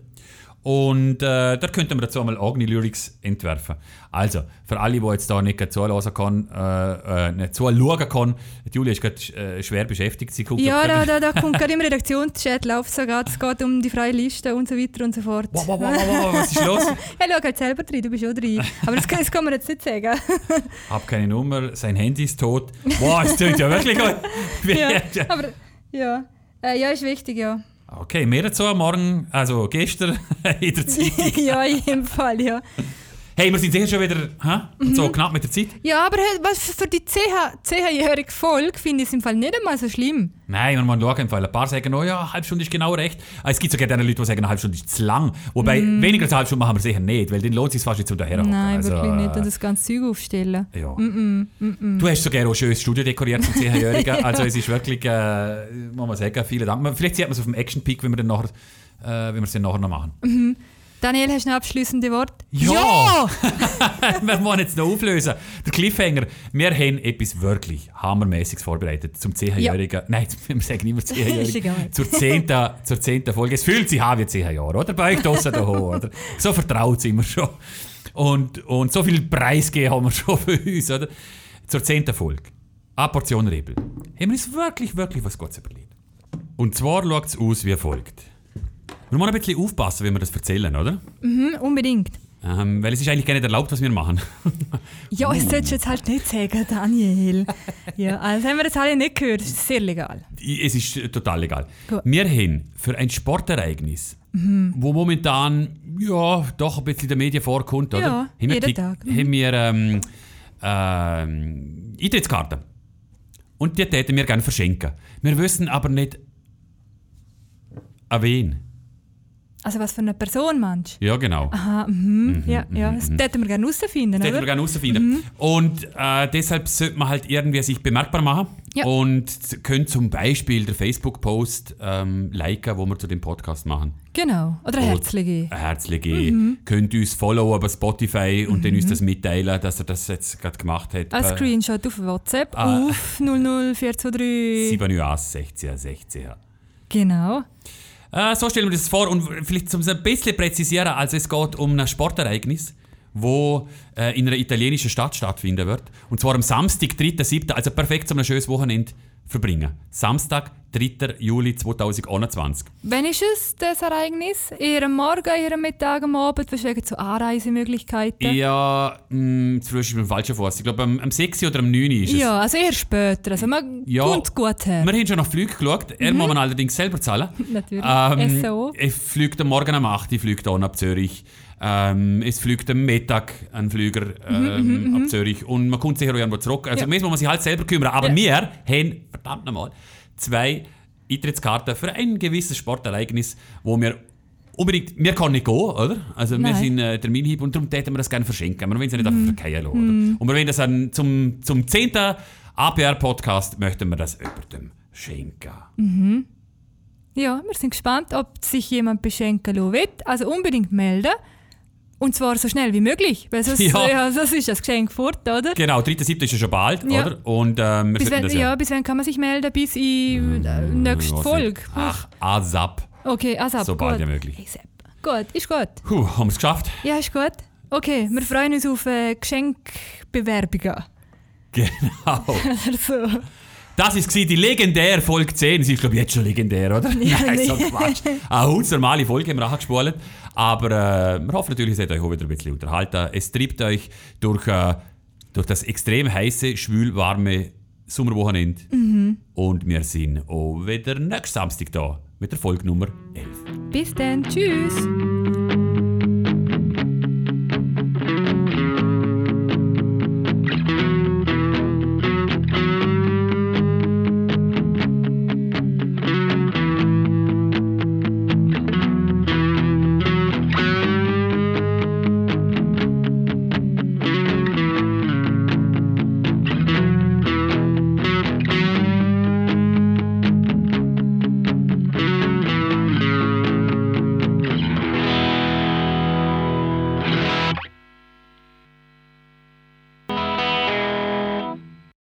Speaker 2: Und äh, da könnten wir dazu einmal eigene Lyrics entwerfen. Also, für alle, die jetzt da nicht gerade zuhören können, äh, äh, nicht zuschauen können, Julia ist gerade äh, schwer beschäftigt. Sie guckt
Speaker 1: Ja,
Speaker 2: auf-
Speaker 1: da, da, da kommt gerade im Redaktionschat läuft so gerade, es geht um die freie Liste und so weiter und so fort.
Speaker 2: Wow, wow, wow, wow, wow, was ist los?
Speaker 1: Hey, schau halt selber drin, du bist auch drin. Aber das, kann- das kann man jetzt nicht
Speaker 2: [laughs]
Speaker 1: sagen.
Speaker 2: Hab keine Nummer, sein Handy ist tot. Wow, es tönt ja wirklich gut.
Speaker 1: [laughs] ja, aber ja. Äh, ja, ist wichtig,
Speaker 2: [laughs]
Speaker 1: ja.
Speaker 2: Okay, mehr dazu morgen, also gestern [laughs] in der Zeit.
Speaker 1: ja, in jedem Fall, ja.
Speaker 2: Hey, wir sind sicher schon wieder hä?
Speaker 1: Mhm.
Speaker 2: so knapp mit der Zeit.
Speaker 1: Ja, aber hey, was für die 10-jährige 10 Folge finde ich es im Fall nicht einmal so schlimm.
Speaker 2: Nein, man muss schauen im Fall. Ein paar sagen, oh ja, eine halbe Stunde ist genau recht. Es gibt sogar diese Leute, die sagen, eine halbe Stunde ist zu lang. Wobei, weniger als eine halbe Stunde machen wir sicher nicht, weil dann lohnt es sich fast nicht zum daherhocken.
Speaker 1: Mhm. Nein,
Speaker 2: Also,
Speaker 1: wirklich nicht.
Speaker 2: äh,
Speaker 1: Und das ganze Zeug aufstellen.
Speaker 2: ja. Du hast sogar auch schönes Studio dekoriert zum 10-Jährigen.
Speaker 1: [laughs]
Speaker 2: Also es ist wirklich, äh, muss man sagen, vielen Dank. Man- Vielleicht sieht man es auf dem Action Peak, wenn wir dann nachher, äh, wenn wir es dann nachher noch machen.
Speaker 1: Daniel, hast du noch abschließende Worte?
Speaker 2: Ja.
Speaker 1: ja!
Speaker 2: [laughs] wir wollen jetzt noch auflösen. Der Cliffhanger, wir haben etwas wirklich Hammermäßiges vorbereitet zum 10-Jährigen. Nein, [laughs] wir
Speaker 1: [laughs]
Speaker 2: sagen immer 10-Jährigen.
Speaker 1: Ist egal.
Speaker 2: zur 10. zur 10. Folge. Es fühlt sich an wie 10 Jahre, oder? Bei euch draußen da hoch, oder? So vertraut sind wir schon. Und, und so viel Preisgeben haben wir schon für uns, oder? Zur 10. Folge. A Portion Rebel. Haben wir uns wirklich, wirklich was Gutes überlegt. Und zwar schaut es aus wie folgt. Wir müssen ein bisschen aufpassen, wenn wir das erzählen, oder?
Speaker 1: Hm, unbedingt.
Speaker 2: Ähm, weil es ist eigentlich gar nicht erlaubt, was wir machen.
Speaker 1: Ja,
Speaker 2: Uh.
Speaker 1: das solltest du jetzt halt nicht sagen,
Speaker 2: [laughs]
Speaker 1: Daniel. ja, also haben wir das alle nicht gehört. Das ist sehr legal.
Speaker 2: Es ist äh, total egal.
Speaker 1: Gut.
Speaker 2: Wir haben für ein Sportereignis, wo momentan ja doch ein bisschen in den Medien vorkommt, oder?
Speaker 1: Ja,
Speaker 2: Haben wir
Speaker 1: jeden
Speaker 2: die-
Speaker 1: Tag.
Speaker 2: Haben wir ähm, ähm, Eintrittskarten. Und die täten wir gerne verschenken. Wir wissen aber nicht, an wen.
Speaker 1: Also was für eine Person meinst
Speaker 2: Ja, genau.
Speaker 1: Aha, mhm, ja, ja, das hätten wir gerne herausfinden,
Speaker 2: Das
Speaker 1: oder?
Speaker 2: hätten mhm. wir
Speaker 1: Mhm.
Speaker 2: gerne herausfinden. Und äh, deshalb sollte man halt irgendwie sich bemerkbar machen.
Speaker 1: Ja.
Speaker 2: Und z- könnt zum Beispiel den Facebook-Post ähm, liken, wo wir zu dem Podcast machen.
Speaker 1: Genau, oder ein Herzliche.
Speaker 2: Ein Herzchen geben.
Speaker 1: Mhm.
Speaker 2: Könnt uns followen bei Spotify und dann uns das mitteilen, dass er das jetzt gerade gemacht hat.
Speaker 1: Ein
Speaker 2: Bei
Speaker 1: Screenshot auf WhatsApp
Speaker 2: Ah. [laughs]
Speaker 1: auf 00423.
Speaker 2: 716 16.
Speaker 1: Genau.
Speaker 2: Äh, so stellen wir das vor und vielleicht um es ein bisschen präzisieren, also es geht um ein Sportereignis, wo äh, in einer italienischen Stadt stattfinden wird. Und zwar am Samstag, 3.7., also perfekt zum ein schönes Wochenende verbringen. Samstag, 3. Juli 2021.
Speaker 1: Wann ist es, das Ereignis? Eher am Morgen, eher am Mittag, am Abend? Was wegen zu Anreisemöglichkeiten?
Speaker 2: Ja, mh, zu früh ist mir falsch Fuß. Ich glaube, am, am 6. oder am 9. ist es.
Speaker 1: Ja, also eher später. Also man
Speaker 2: Ja.
Speaker 1: kommt gut her.
Speaker 2: Wir haben schon nach Flüge geschaut. Er muss man allerdings selber zahlen.
Speaker 1: Natürlich.
Speaker 2: Ähm,
Speaker 1: SO.
Speaker 2: es fliegt am Morgen um 8 Uhr fliegt er ab Zürich. Ähm, es fliegt am Mittag ein Flüger ähm, ab Zürich. Und man kommt sicher auch irgendwo zurück. Also,
Speaker 1: Mhm, Ja.
Speaker 2: meistens muss man sich halt selber kümmern. Aber
Speaker 1: Ja.
Speaker 2: wir haben, verdammt nochmal, zwei Eintrittskarten für ein gewisses Sportereignis, wo wir unbedingt. Wir können nicht gehen, oder? Also, wir
Speaker 1: Nein. Mhm.
Speaker 2: sind äh, Terminhieb und darum täten wir das gerne verschenken. Wir wollen es nicht einfach verkehren lassen. Oder? Und wir wollen das an, zum, zum 10. APR-Podcast möchten wir das jemandem schenken.
Speaker 1: Ja, wir sind gespannt, ob sich jemand beschenken lassen will. Also unbedingt melden. Und zwar so schnell wie möglich. Weil sonst,
Speaker 2: [laughs] Ja.
Speaker 1: ja. sonst ist das Geschenk fort, oder?
Speaker 2: Genau, 3.7. ist ja schon bald,
Speaker 1: Ja.
Speaker 2: oder? Und ähm, wir
Speaker 1: Bis
Speaker 2: sollten
Speaker 1: wenn,
Speaker 2: das Mm,
Speaker 1: ja. bis wann kann man sich melden? Bis in äh, nächste
Speaker 2: Was
Speaker 1: Folge.
Speaker 2: nicht. Ach, ASAP.
Speaker 1: Okay, also ab,
Speaker 2: So bald
Speaker 1: gut.
Speaker 2: wie möglich.
Speaker 1: ASAP. Gut, ist gut.
Speaker 2: Puh, haben wir es geschafft? [laughs]
Speaker 1: Ja, ist gut. Okay, wir freuen uns auf äh, Geschenkbewerbungen. [laughs] Also,
Speaker 2: Genau.
Speaker 1: Oder so.
Speaker 2: Das war die legendäre Folge 10. Sie ist, glaube ich, jetzt schon legendär, oder? Ja, [laughs] Nein, so
Speaker 1: nee.
Speaker 2: Quatsch. Eine hundsnormale Folge haben wir angespult. Aber äh, wir hoffen natürlich, es hat euch auch wieder ein bisschen unterhalten. Es treibt euch durch, äh, durch das extrem heiße, schwül-warme Sommerwochenende.
Speaker 1: Mhm.
Speaker 2: Und wir sind auch wieder nächsten Samstag da mit der Folge Nummer 11.
Speaker 1: Bis dann, tschüss.